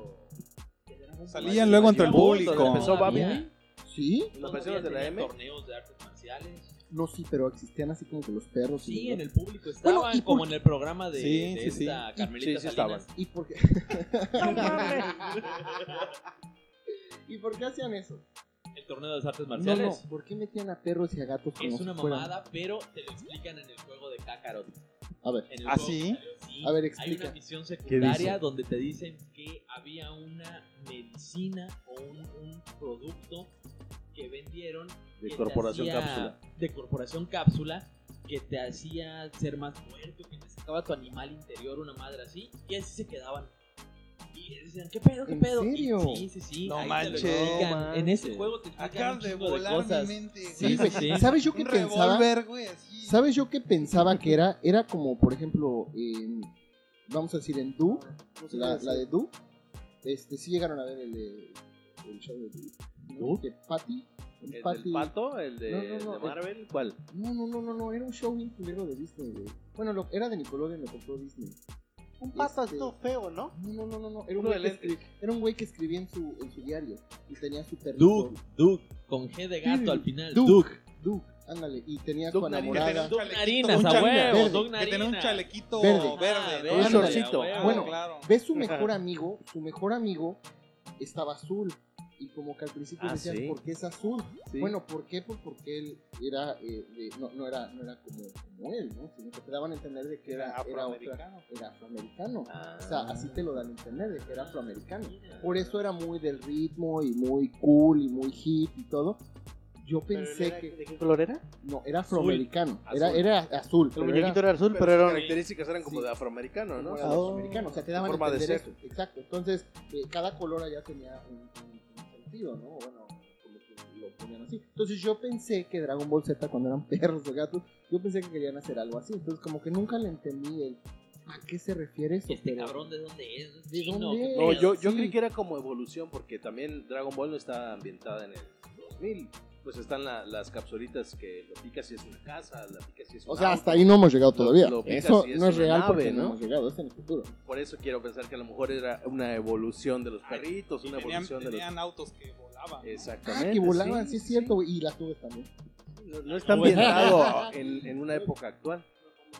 S1: De Dragon Ball.
S2: Salían luego entre el
S1: Dragon Ball
S2: público.
S1: todavía
S5: Empezó
S1: todavía.
S5: Babi.
S4: ¿Sí?
S5: Las
S1: Todavía
S5: versiones de la
S1: tenían
S5: M.
S1: torneos de artes marciales.
S4: No, sí, pero existían así como que los perros. y
S1: Sí,
S4: los-
S1: en el público estaban,
S4: Bueno, y por-
S1: como en el programa de,
S2: Sí,
S1: de
S2: sí, sí.
S1: esta
S4: Y-
S1: Carmelita
S5: sí, sí
S1: Salinas.
S4: ¿Y por qué? ¿Y por qué hacían eso?
S1: El torneo de las artes
S4: No, no,
S1: marciales.
S4: ¿por qué metían a perros y a gatos como
S1: Es una
S4: si fueran-
S1: mamada, pero te lo explican en el juego de Kakarot.
S4: A ver,
S1: En el
S2: ¿Ah,
S1: juego
S2: sí?
S1: que salió, sí.
S4: A ver,
S1: Hay una
S4: explica.
S1: misión
S5: ¿Qué dice?
S1: secundaria donde te dicen que había una medicina o un, un producto que vendieron que
S5: De
S1: te
S5: Corporación
S1: hacía-
S5: Cápsula.
S1: De Corporación Cápsula que te hacía ser más fuerte, que te sacaba tu animal interior, una madre así, y así se quedaban. Y decían, ¿qué pedo, qué
S4: ¿En
S1: pedo? Y
S4: serio?
S1: sí, sí, sí.
S2: No
S1: ahí te lo
S2: manches.
S1: explican.
S3: No
S1: en ese
S3: manches.
S1: juego te explican
S2: Acabas
S1: un
S2: de
S1: chingo de
S2: volar
S1: cosas.
S2: mi mente.
S1: Sí,
S4: güey.
S1: sí, sí.
S4: ¿Sabes yo qué
S2: Un
S4: pensaba?
S2: revólver, güey, así.
S4: ¿Sabes yo qué pensaba que era? Era como, por ejemplo, en- vamos a decir, en Du,
S3: No sé
S4: la,
S3: qué
S4: la
S3: decir.
S4: de Du. Este, sí llegaron a ver el, de- el show de Du. ¿No? De Patty.
S5: ¿El
S4: El
S5: del
S4: Patty.
S5: pato? ¿El de,
S4: No, no, no,
S5: de
S4: el-
S5: Marvel? ¿Cuál?
S4: No, no, no, no, no, era un show bien culero de Disney, güey. Bueno, lo- era de Nickelodeon, lo compró Disney.
S3: Un pato
S4: Este-
S3: todo feo, ¿no?
S4: No, no, no, no, no, era un,
S5: Uno
S4: güey,
S5: de
S4: que escri- era un güey que escribía en su, en su diario y tenía su perrito.
S1: Duke, Duke, con G de gato al final.
S4: Duke.
S1: Duke.
S4: Duke, ándale, y tenía
S5: Duke
S4: su
S5: Nariz.
S2: Que tenía un
S4: enamorada.
S1: Duke
S2: chalequito,
S1: Narinas,
S2: un
S1: a
S2: chale-
S1: huevo,
S4: verde,
S1: Duke
S2: Que tenía un
S1: Narinas.
S2: chalequito
S4: Verde.
S2: verde.
S1: Ah,
S2: ¿no?
S1: verde,
S5: Un shortcito.
S1: a huevo,
S4: Bueno,
S2: claro.
S4: Ve su mejor amigo, su mejor amigo estaba azul. Y como que al principio
S5: Ah,
S4: decían,
S5: ¿sí?
S4: ¿por qué es azul?
S5: Sí.
S4: Bueno, ¿por qué? Pues porque él era, eh, de- no, no era, no era como, como él, ¿no? Sino que te daban a entender de que era,
S2: Era
S4: era otra,
S2: afroamericano.
S4: era afroamericano.
S5: Ah.
S4: O sea, así te lo dan a entender, de que era afroamericano. Por eso era muy del ritmo y muy cool y muy hip y todo. Yo
S3: Pero
S4: pensé
S3: era-
S4: que...
S3: ¿De qué color era?
S4: No, era afroamericano.
S5: Azul.
S4: Era, era azul.
S3: El
S4: pero era-
S3: muñequito era azul,
S5: Pero
S3: pero
S5: sus
S3: era un-
S5: características eran como
S4: Sí.
S5: de afroamericano, ¿no?
S4: como
S3: Ah,
S4: era de los americanos, o sea, te daban a
S5: forma de
S4: entender
S5: ser.
S4: eso, exacto. Entonces, eh, cada color allá tenía un, un- un sentido, ¿no? Bueno, como que lo ponían así. Entonces, yo pensé que Dragon Ball Z, cuando eran perros o gatos, yo pensé que querían hacer algo así. Entonces, como que nunca le entendí el a qué se refiere eso.
S1: Este
S4: pero-
S1: cabrón, ¿de dónde es? ¿Es
S4: ¿De
S1: chino?
S4: dónde
S1: ¿Qué
S4: es?
S5: No,
S1: pedo?
S5: yo, yo
S4: Sí.
S5: creí que era como evolución, porque también Dragon Ball no está ambientada en el 2000. Pues están la- las capsulitas que lo picas y es una casa, la picas y es un
S4: O sea,
S5: auto.
S4: hasta ahí no hemos llegado
S5: Ah, Lo-
S4: todavía.
S5: lo picas
S4: eso
S5: y es
S4: no es
S5: una
S4: real
S5: nave,
S4: porque no
S5: ¿no?
S4: hemos llegado, es en el futuro.
S5: Por eso quiero pensar que a lo mejor era una evolución de los perritos,
S2: Y
S5: una
S2: tenían,
S5: evolución de los...
S2: tenían autos que volaban.
S5: Exactamente.
S4: Ah, que volaban, sí,
S5: sí.
S4: es cierto, güey. Y las nubes también.
S5: No, no está
S1: Bueno.
S5: ambientado en, en una época actual.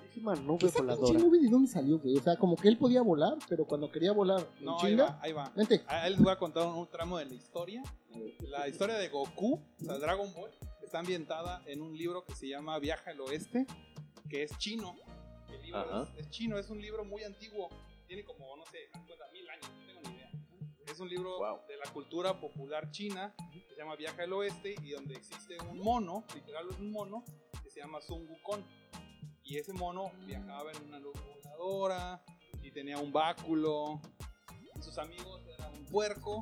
S3: Muchísima nube
S4: Esa pinche
S3: voladora.
S4: nube de dónde salió, güey. O sea, como que él podía volar, pero cuando quería volar, en
S2: No, ahí
S4: chinga,
S2: va, ahí va.
S4: vente.
S2: A él les voy a contar un, un tramo de la historia. La historia de Goku, o sea, Dragon Ball, está ambientada en un libro que se llama Viaja al Oeste, que es chino. El libro
S5: Ajá.
S2: es, es chino, es un libro muy antiguo. Tiene como, no sé, haz cuenta, mil años, no tengo ni idea. Es un libro
S5: Wow.
S2: de la cultura popular china que se llama Viaja al Oeste y donde existe un mono, literal es un mono, que se llama Sun Wukong. Y ese mono viajaba en una luz voladora y tenía un báculo. Y sus amigos eran un puerco.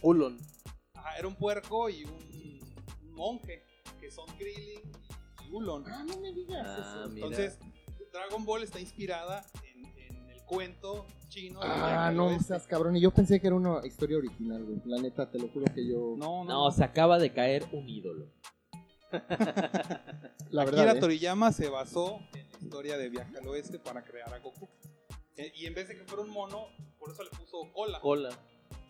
S5: Ulon.
S2: Ajá, era un puerco y un, un monje, que son Krillin y Ulon.
S4: Ah, no me digas
S5: Ah,
S4: eso.
S5: mira.
S2: Entonces, Dragon Ball está inspirada en, en el cuento chino. de
S4: Ah,
S2: Jack
S4: no
S2: Oeste.
S4: seas cabrón. Y yo pensé que era una historia original, güey. La neta, te lo juro que yo.
S2: no, no.
S1: No, se acaba de caer un ídolo.
S4: la
S2: Akira
S4: verdad. eh.
S2: Toriyama se basó en la historia de Viaje al Oeste para crear a Goku. Eh, Y en vez de que fuera un mono, por eso le puso cola.
S5: Cola.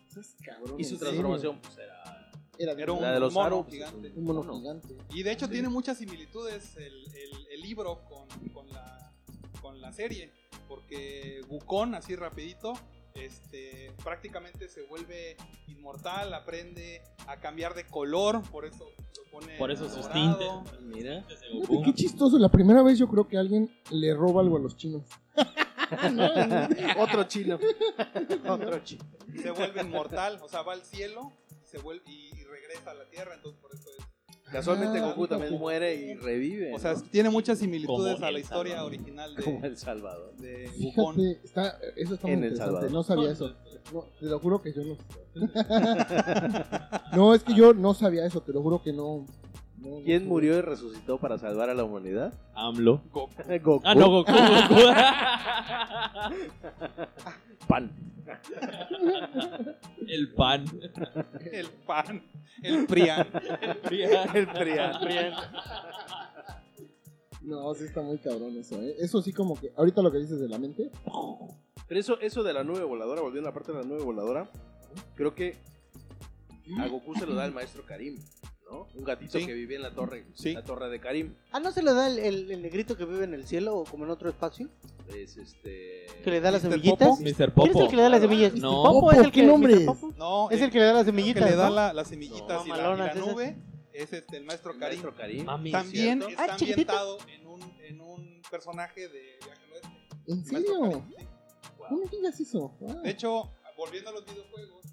S4: Seas cabrón,
S5: Y su
S4: en serio.
S5: transformación, pues era.
S4: Era, de
S2: Era un
S5: La de los
S2: mono
S5: aros, pues,
S2: gigante.
S4: un mono gigante.
S2: Y de hecho tiene muchas similitudes el, el- el libro con, con la, con la serie, porque Bukón, así rapidito, este, prácticamente se vuelve inmortal, aprende a cambiar de color, por eso lo pone
S1: Por eso sus tintes.
S2: dorado.
S1: Mira.
S4: Fíjate qué chistoso. La primera vez yo creo que alguien le roba algo a los chinos.
S5: Otro chino.
S3: Otro chico.
S2: Se vuelve inmortal, o sea, va al cielo se vuelve, y, y regresa a la tierra, entonces por eso es...
S5: Casualmente
S4: Ah,
S5: Goku
S4: fíjate.
S5: también muere y revive.
S2: O sea,
S5: ¿no?
S2: tiene muchas similitudes
S1: Como
S2: a
S1: El
S2: la historia
S1: Salvador.
S2: original
S5: como
S2: de,
S5: El Salvador.
S2: de Bukón.
S4: Fíjate, está, eso está muy
S5: En El
S4: interesante.
S5: Salvador.
S4: No sabía eso. No, te lo juro que yo no. no, es que yo no sabía eso. Te lo juro que no. no, no
S5: ¿Quién
S4: sabía.
S5: murió y resucitó para salvar a la humanidad?
S1: AMLO.
S2: Goku.
S5: Goku.
S1: Ah, no, Goku.
S5: Pan.
S1: El pan.
S2: El pan, el prian.
S5: El Prián.
S4: No, sí está muy cabrón eso. ¿eh? Eso sí, como que. Ahorita lo que dices de la mente.
S5: Pero eso, eso de la nube voladora, volviendo a la parte de la nube voladora, creo que a Goku se lo da el maestro Karim, ¿no? Un gatito
S2: Sí.
S5: que vivía en la torre,
S2: Sí.
S5: la torre de Karim.
S3: Ah, ¿no se le da el, el- el negrito que vive en el cielo o como en otro espacio?
S5: Es este.
S3: ¿Que le da las
S2: Mr.
S3: semillitas?
S2: Popo.
S1: Mr.
S3: ¿Quién es
S1: Popo.
S3: el que le da las
S5: Claro.
S3: semillas?
S1: No.
S3: ¿Popo
S4: Popo,
S3: es el
S4: ¿qué
S3: que,
S4: nombre
S3: Mr. Popo?
S2: No,
S3: Es
S2: el-
S3: el que le da las
S2: que
S3: semillitas,
S2: le da
S3: ¿no?
S2: la- las semillitas
S5: No,
S2: y, la- y
S3: malonas
S2: la,
S3: esas.
S2: nube es este, el maestro
S5: El
S2: Karim.
S5: maestro Karim.
S1: Mami.
S2: También
S5: ¿cierto?
S2: está
S3: Ah, chiquitito.
S2: ambientado en un, en un personaje de Viaje al Oeste,
S4: ¿En
S2: el maestro
S4: serio?
S2: Karim, sí.
S4: No me digas eso. Wow.
S2: De hecho, volviendo a los videojuegos,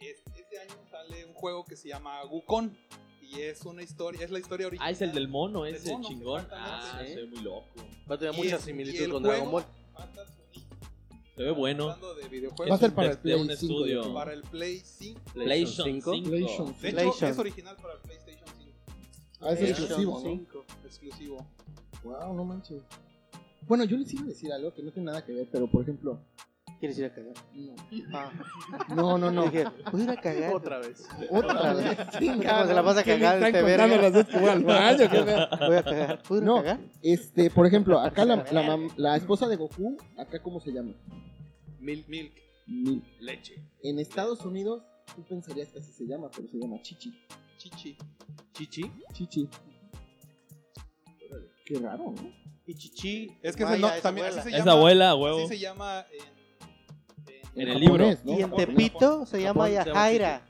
S2: es- este año sale un juego que se llama Gukon y es una historia, es la historia original.
S1: Ah, es el del mono,
S2: Del
S1: ese
S2: mono,
S1: chingón. Ah,
S2: exactamente.
S1: se ve muy loco.
S5: Va a tener
S2: Y
S5: mucha
S2: es- y
S5: similitud
S2: el
S5: con
S2: juego-
S5: Dragon Ball.
S2: Fantasy Unite.
S1: Se ve bueno.
S2: Hablando de
S4: Va a
S2: videojuegos
S4: ser
S1: Es un
S4: para
S1: de-
S4: el Play
S1: de un
S4: 5,
S1: estudio.
S2: para el Play 5.
S1: PlayStation 5.
S4: PlayStation.
S2: De hecho,
S3: PlayStation.
S2: es original para el PlayStation 5,
S4: Ah, es
S2: Eh,
S4: exclusivo, ¿no?
S3: Cinco.
S2: exclusivo.
S4: Wow, no manches. Bueno, yo les iba a decir algo que no tiene nada que ver, pero por ejemplo.
S3: ¿Quieres ir a cagar?
S4: No,
S3: Ah,
S4: no, no. no.
S3: dije, ¿puedo ir a cagar?
S5: Otra vez.
S4: Otra vez.
S3: ¿Cómo se la vas a
S4: ¿Qué me
S3: cagar
S4: están
S3: este
S4: contando
S3: verga?
S4: las veces que voy al baño? ¿Qué me-
S3: Voy a cagar. ¿Puedo ir
S4: No.
S3: a cagar?
S4: Este, por ejemplo, acá la, la mam- la esposa de Goku, acá cómo se llama?
S5: Milk, milk,
S4: Milk.
S5: leche,
S4: En Estados Unidos, tú pensarías que así se llama, pero se llama Chichi.
S2: Chichi.
S5: chichi.
S4: Chichi. Qué raro, ¿no?
S3: Y chichi.
S2: Es que
S3: Vaya,
S2: ese no-
S3: esa
S2: también
S3: abuela.
S2: así se
S1: Es
S2: llama.
S1: abuela,
S2: Así
S1: huevo.
S2: se llama en,
S1: En el
S4: japonés,
S1: libro.
S4: ¿no?
S3: Y en
S2: Japón,
S3: Tepito se llama
S5: Japón se llama
S3: Yajaira.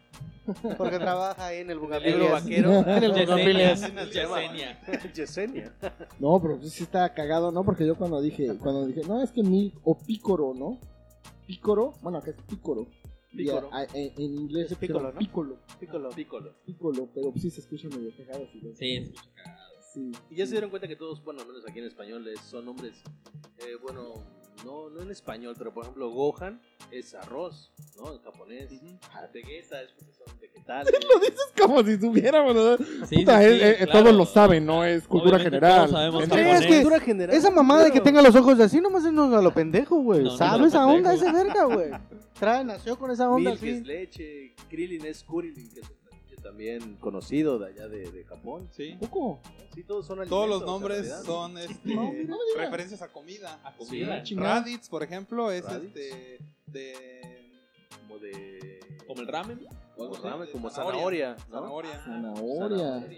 S3: Porque trabaja ahí en el
S5: El libro
S3: Bugambilias.
S5: vaquero.
S3: En el Bugambilias.
S1: Yesenia. Yesenia.
S5: Yesenia.
S4: No, pero sí está cagado, ¿no? Porque yo cuando dije, cuando dije, no, es que Milk o Pícoro, ¿no? Pícoro, bueno, acá es Pícoro. Y a-
S5: Pícoro.
S4: a- en, en inglés
S3: Es
S4: se llama
S3: Piccolo, ¿no?
S4: Piccolo,
S3: Piccolo.
S5: Piccolo.
S4: Piccolo, pero sí se escucha medio cagado. Sí,
S1: Sí, es-
S4: sí.
S5: Y ya se dieron cuenta que todos, bueno, al menos aquí en español, es- son nombres, eh, bueno, no, no en español, pero por ejemplo, Gohan es arroz, ¿no? En japonés. Ah, Vegeta es porque son vegetales.
S4: Es como si supiéramos, ¿no?
S1: sí,
S4: Puta,
S1: sí,
S4: es-
S1: sí,
S4: es-
S1: claro.
S4: Todos lo saben, ¿no? Es cultura
S1: Obviamente
S4: general.
S1: todos sabemos
S4: Es
S1: que-
S4: japonés.
S3: Es que
S5: general.
S3: Esa mamada de que
S5: Claro.
S3: tenga los ojos así nomás es no a lo pendejo, güey.
S1: No, no es
S3: ¿Sabes
S1: a lo
S3: esa onda
S1: pendejo.
S3: ese verga, güey? Trae, nació con esa onda
S5: Milk es
S3: así.
S5: leche, Krillin es Kurilin, que es un platillo también conocido de allá de, de Japón.
S2: Sí.
S4: Poco.
S5: Sí, todos son
S2: Todos los
S5: alimentos, en
S2: nombres
S5: realidad.
S2: son este,
S4: No, mira, mira. Ah,
S2: referencias a comida. A
S1: comida.
S2: Raditz, por ejemplo, es
S5: Raditz.
S2: este de
S5: Como de...
S1: Como el ramen.
S5: Como, ramen,
S2: de
S5: como zanahoria, ¿no?
S2: zanahoria,
S4: Ah, Zanahoria.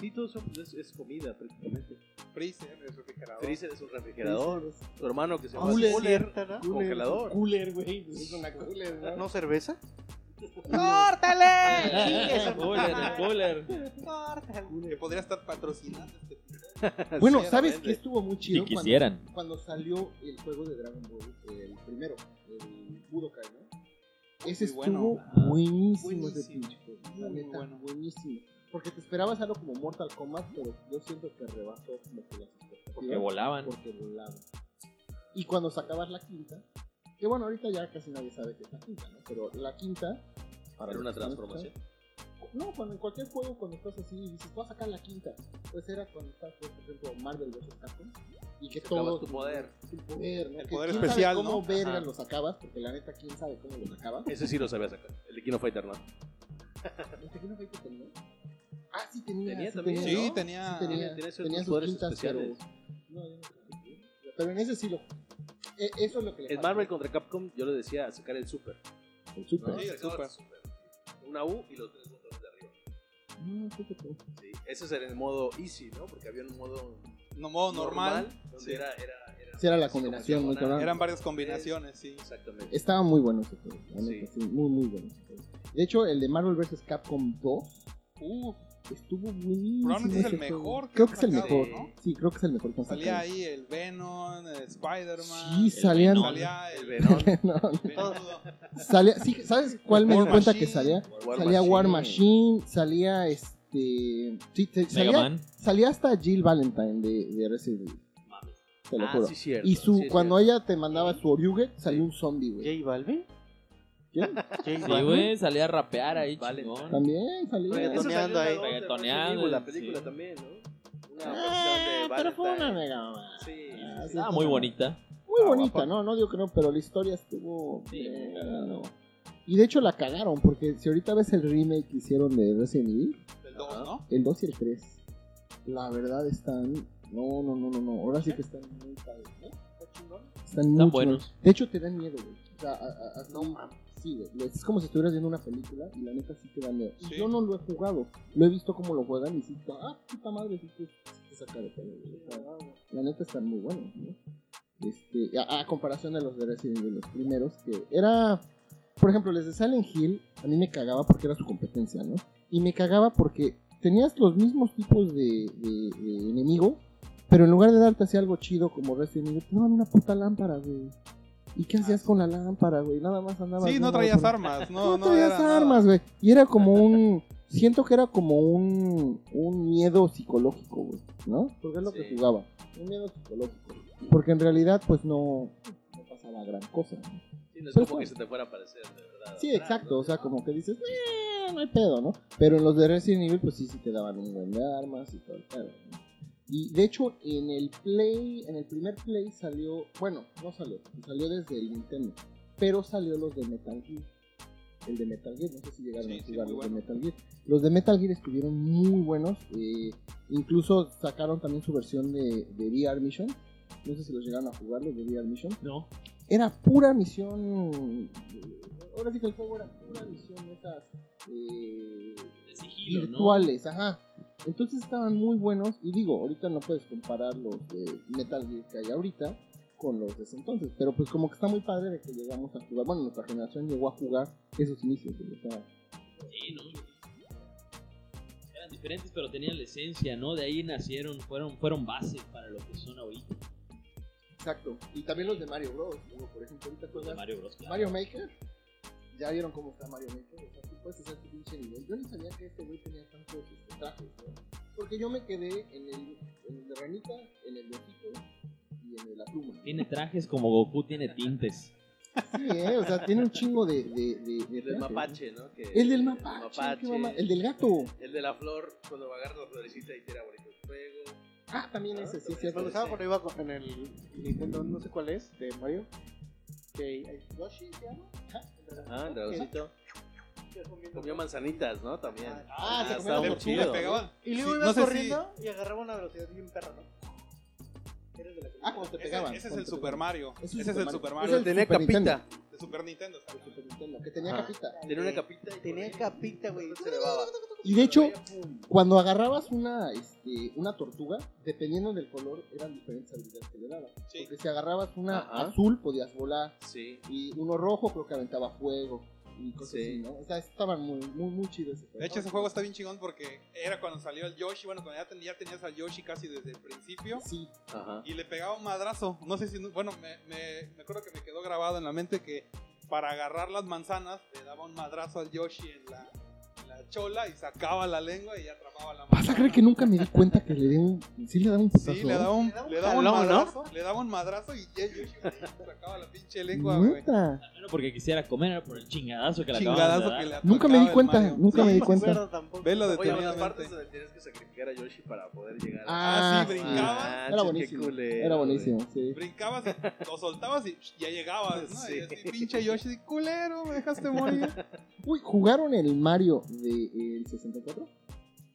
S5: Sí, todos son, es, es comida prácticamente.
S2: freezer, es refrigerador.
S5: Freezer es un refrigerador. Tu hermano que se llama
S3: Cooler,
S5: Cooler,
S3: ¿cierto, no?
S5: congelador.
S4: Cooler, güey. Es una cooler,
S3: ¿No cerveza? ¡Córtale! Chingue su
S1: Cooler,
S3: madre.
S1: cooler.
S3: Córtale.
S2: Que podría estar patrocinando este episodio.
S4: Bueno,
S2: Sí,
S4: ¿sabes
S2: realmente.
S4: qué estuvo muy
S1: Si
S4: chido?
S1: quisieran.
S4: Cuando, cuando salió el juego de Dragon Ball, el primero, el Budokai, ¿no? Ese
S2: Muy
S4: estuvo
S2: bueno.
S4: buenísimo ese
S2: Buenísimo.
S4: pinche juego. La
S2: Muy
S4: neta,
S2: bueno.
S4: buenísimo. Porque te esperabas algo como Mortal Kombat, pero yo siento que rebasó como que las expectativas.
S1: Que volaban.
S4: porque volaba. Y cuando sacabas la quinta, que bueno, ahorita ya casi nadie sabe que es la quinta, ¿no? Pero la quinta Para
S5: Era
S4: los
S5: una
S4: que están
S5: transformación.
S4: escuchando. No, cuando en cualquier juego cuando estás así y dices, voy a sacar la quinta, pues era cuando estás, por ejemplo, Marvel vs. Capcom. Y que
S5: Sacabas
S4: todo
S5: tu poder.
S4: Tu poder, ¿no?
S2: El
S4: Que
S2: poder
S4: quién sabe
S2: especial,
S4: cómo
S2: ¿no?
S4: verga
S5: Ajá.
S4: lo sacabas, porque la neta, quién sabe cómo lo sacabas.
S5: Ese sí lo sabía sacar. El Equino Fighter no.
S4: ¿El Tekken Fighter tenía? Ah, sí tenía.
S5: Tenía
S4: sí
S5: también,
S4: tenía.
S2: Sí,
S5: ¿no?
S2: tenía.
S4: Sí, tenía.
S5: Tiene- tiene ciertos
S4: tenía sus
S5: poderes
S4: quintas,
S5: especiales.
S4: No, yo no creo. Pero en ese sí lo. e- Eso es lo que le
S5: En
S4: faltó.
S5: Marvel contra Capcom yo le decía sacar el Super.
S4: El
S5: ¿no?
S4: Super.
S2: Sí, el
S5: Sacabas Super. Una U y los tres botones de arriba. Ah.
S4: No, fíjate.
S5: Sí. Ese era el modo easy, ¿no? Porque había un modo
S2: No, modo normal.
S5: donde
S2: Sí.
S5: era, era, era,
S4: Sí, era la
S5: así como
S4: combinación, muy
S5: diagonal.
S4: cabrón.
S2: Eran varias combinaciones, sí.
S5: Exactamente.
S4: Estaba muy bueno ese juego. la
S5: Sí.
S4: neta, sí, muy, muy bueno. ese juego. De hecho, el de Marvel vs. Capcom 2
S2: Uh,
S4: estuvo buenísimo.
S2: Probablemente es
S4: ese
S2: el
S4: juego.
S2: mejor que
S4: Creo
S2: han
S4: que es el
S2: sacado,
S4: mejor.
S5: ¿no?
S4: Sí, creo que es el mejor que han
S2: salía
S4: sacado.
S2: ahí el Venom, el Spider-Man.
S4: Sí, salían.
S5: Venom.
S2: Salía
S5: El
S2: el
S5: Venom.
S4: No,
S2: Venom.
S4: salía- sí, ¿Sabes cuál me
S2: War
S4: di cuenta que
S2: Machine.
S4: salía?
S5: War
S4: salía War
S5: Machine.
S4: Machine, salía este. Sí, te-
S1: Mega
S4: salía,
S1: Man.
S4: salía hasta Jill Valentine de, de Resident Evil.
S5: Mames.
S4: Te lo
S5: Ah,
S4: juro.
S5: sí, cierto.
S4: y su,
S5: sí,
S4: cuando
S5: cierto.
S4: ella te mandaba su Oryuge, salió un zombie, güey.
S3: ¿J Balvin?
S4: ¿Quién?
S3: ¿J
S1: Sí, güey, salía a rapear ahí,
S5: Vale.
S1: chingón.
S4: También salía.
S3: Oye,
S5: Eso salió en la
S3: ahí.
S5: dos de
S1: Reggaetoneando,
S5: Resident Evil, La
S1: sí.
S5: película también, ¿no? Una
S4: Ah,
S5: versión de
S4: pero fue una
S5: Valentine.
S4: mega mamá.
S5: Sí.
S4: Ah, sí,
S1: Estaba
S4: sí,
S1: muy
S4: sí.
S1: bonita.
S4: Muy
S2: Ah,
S4: bonita,
S2: guapa.
S4: ¿no? No digo que no, pero la historia estuvo.
S1: Sí,
S4: eh,
S1: muy cagada.
S4: no. Y de hecho la cagaron, porque si ahorita ves el remake que hicieron de Resident Evil,
S2: El 2, ¿no?
S4: el 2 y el 3, la verdad están. No, no, no, no, no. Ahora sí que están muy padres, ¿no? Están, muy
S1: Están
S4: chidos.
S1: buenos.
S4: De hecho, te dan miedo, güey. O sea, a- a- a- Sí, güey. Es como si estuvieras viendo una película y la neta sí te da miedo. Y
S2: Sí.
S4: Yo no lo he jugado. Lo he visto cómo lo juegan y sí, te- ah, puta madre, sí te, sí te saca de pelo, güey. O sea, la neta están muy buenos, ¿no? Este, a, a comparación de los de Resident Evil, los primeros, que era. Por ejemplo, les de Silent Hill, a mí me cagaba porque era su competencia, ¿no? Y me cagaba porque tenías los mismos tipos de, de- de enemigo, pero en lugar de darte así algo chido como Resident Evil, te daban una puta lámpara, güey. ¿Y qué hacías con la lámpara, güey? Nada más andabas.
S2: Sí, no
S4: viendo
S2: traías
S4: por-
S2: armas. No,
S4: no,
S2: no
S4: traías
S2: era nada.
S4: armas, güey. Y era como un. Siento que era como un, un miedo psicológico, güey. ¿No? Porque es lo que
S5: Sí.
S4: jugaba. Un miedo psicológico. Porque en realidad, pues no, no pasaba gran cosa. ¿no?
S5: Sí, no es
S4: Pero
S5: como que
S4: está-
S5: se te fuera a aparecer, de verdad.
S4: Sí,
S5: atrás,
S4: exacto.
S5: ¿no?
S4: O sea, como que dices, "Eh, no hay pedo, ¿no? Pero en los de Resident Evil, pues sí, sí te daban un buen de armas y todo el pedo, ¿no? Y de hecho, en el Play, en el primer Play salió. Bueno, no salió. Salió desde el Nintendo. Pero salió los de Metal Gear. El de Metal Gear, no sé si llegaron
S2: Sí,
S4: a
S2: sí,
S4: jugar
S2: muy
S4: los
S2: bueno.
S4: de Metal Gear. Los de Metal Gear estuvieron muy buenos. eh, incluso sacaron también su versión de, de VR Mission. No sé si los llegaron a jugar, los de VR Mission
S1: No.
S4: era pura misión. eh, Ahora sí que el juego era pura misión de esas eh,
S1: De sigilo, ¿no?
S4: virtuales, ajá. Entonces estaban muy buenos. Y digo, ahorita no puedes comparar los de Metal Gear que hay ahorita con los de ese entonces. Pero pues como que está muy padre de que llegamos a jugar. Bueno, nuestra generación llegó a jugar esos inicios. güey, o sea,
S1: Sí, ¿no? Eran diferentes, pero tenían la esencia, ¿no? De ahí nacieron, fueron, fueron base para lo que son ahorita.
S4: Exacto. Y también los de Mario Bros. digo, por ejemplo, ahorita
S1: Los pues, de
S4: juegas
S1: Mario Bros. claro.
S4: Mario Maker. Ya vieron cómo está Mario Maker. O sea, tú puedes hacer tu pinche nivel. Yo no sabía que este güey tenía tantos este, trajes, ¿no? Porque yo me quedé en el, en el de ranita, en el de ojito y en el de la pluma.
S1: Tiene trajes como Goku tiene tintes.
S4: Sí, ¿eh? O sea, tiene un chingo de. de, de, de
S5: El del
S4: trajes.
S5: mapache, ¿no? Que-
S4: El del mapache. qué mamá- El del gato.
S5: El de la flor, cuando agarra la florecita y tira bonito el fuego.
S4: Ah, también
S5: Ah,
S4: ese, sí,
S5: también.
S4: sí.
S3: Me gustaba cuando iba con- en el Nintendo, no sé cuál es, de Mario. Que hay Yoshi, se llama.
S5: Ah, el dragoncito.
S3: Que- que comiendo-
S5: Comió manzanitas, ¿no? También.
S3: Ah,
S4: Ah, se comió
S5: estaba
S4: la
S5: muy
S2: Le,
S4: lechuga,
S5: chido.
S2: le pegaban.
S3: Y luego
S2: Sí,
S3: iba
S2: no sé
S3: corriendo y agarraba una velocidad bien perra, ¿no? Eres de la
S4: Ah, cuando te
S2: Ese,
S4: pegaban.
S2: ese es
S4: cuando
S2: el
S4: te
S2: Super
S4: pegaban.
S2: Mario.
S4: Es
S2: Ese
S4: un
S2: es el
S4: Super
S2: Super
S4: Mario.
S2: Mario.
S4: Es el Super Nintendo.
S2: De Super Nintendo. exactamente.
S4: Super Nintendo, que tenía
S5: Ajá.
S4: capita.
S5: Tenía una capita. y
S3: Tenía
S5: por ahí
S3: capita, güey.
S5: Se elevaba.
S4: Y de hecho,
S5: Pum.
S4: Cuando agarrabas una, este, una tortuga, dependiendo del color, eran diferentes habilidades que le daban.
S2: Sí.
S4: Porque si agarrabas una
S5: Ajá.
S4: azul, podías volar.
S5: Sí.
S4: Y uno rojo, creo que aventaba fuego. Y cosas
S5: Sí.
S4: así, ¿no? O sea, estaban muy, muy, muy chidos ese juego.
S2: De hecho, ese juego está bien chingón porque era cuando salió el Yoshi. Bueno, cuando ya, ten- ya tenías al Yoshi casi desde el principio.
S4: Sí,
S5: Ajá.
S2: Y le pegaba un madrazo. No sé si. no- Bueno, me, me- me acuerdo que me quedó grabado en la mente que para agarrar las manzanas le daba un madrazo al Yoshi en la, en la la chola y sacaba la lengua y atrapaba la mano.
S4: ¿Vas a creer que nunca me di cuenta que le di un. Sí, le da un putazo.
S2: Sí, le daba un,
S3: Le daba un
S2: le daba un
S3: jalón, ¿no?
S2: madrazo, le daba un madrazo y ya Yoshi sacaba la pinche lengua, güey.
S4: ¿eh? Neta.
S1: No era porque quisiera comer, era por el chingadazo que le acababan de
S2: Chingadazo
S1: dar.
S2: que le
S4: Nunca me di
S2: atacaba el
S4: cuenta,
S2: Mario.
S4: nunca me di cuenta.
S2: Velo
S5: Oye,
S2: detenidamente.
S5: las partes donde tienes que sacrificar a Yoshi para poder llegar.
S2: Ah,
S4: Ah,
S2: sí,
S4: sí.
S2: brincabas,
S4: Era buenísimo. Era buenísimo, sí.
S2: brincabas, lo soltabas y ya llegabas, ¿no?
S5: Sí.
S2: Y así, pinche Yoshi, culero, me dejaste morir.
S4: Uy, ¿jugaron el Mario del 64?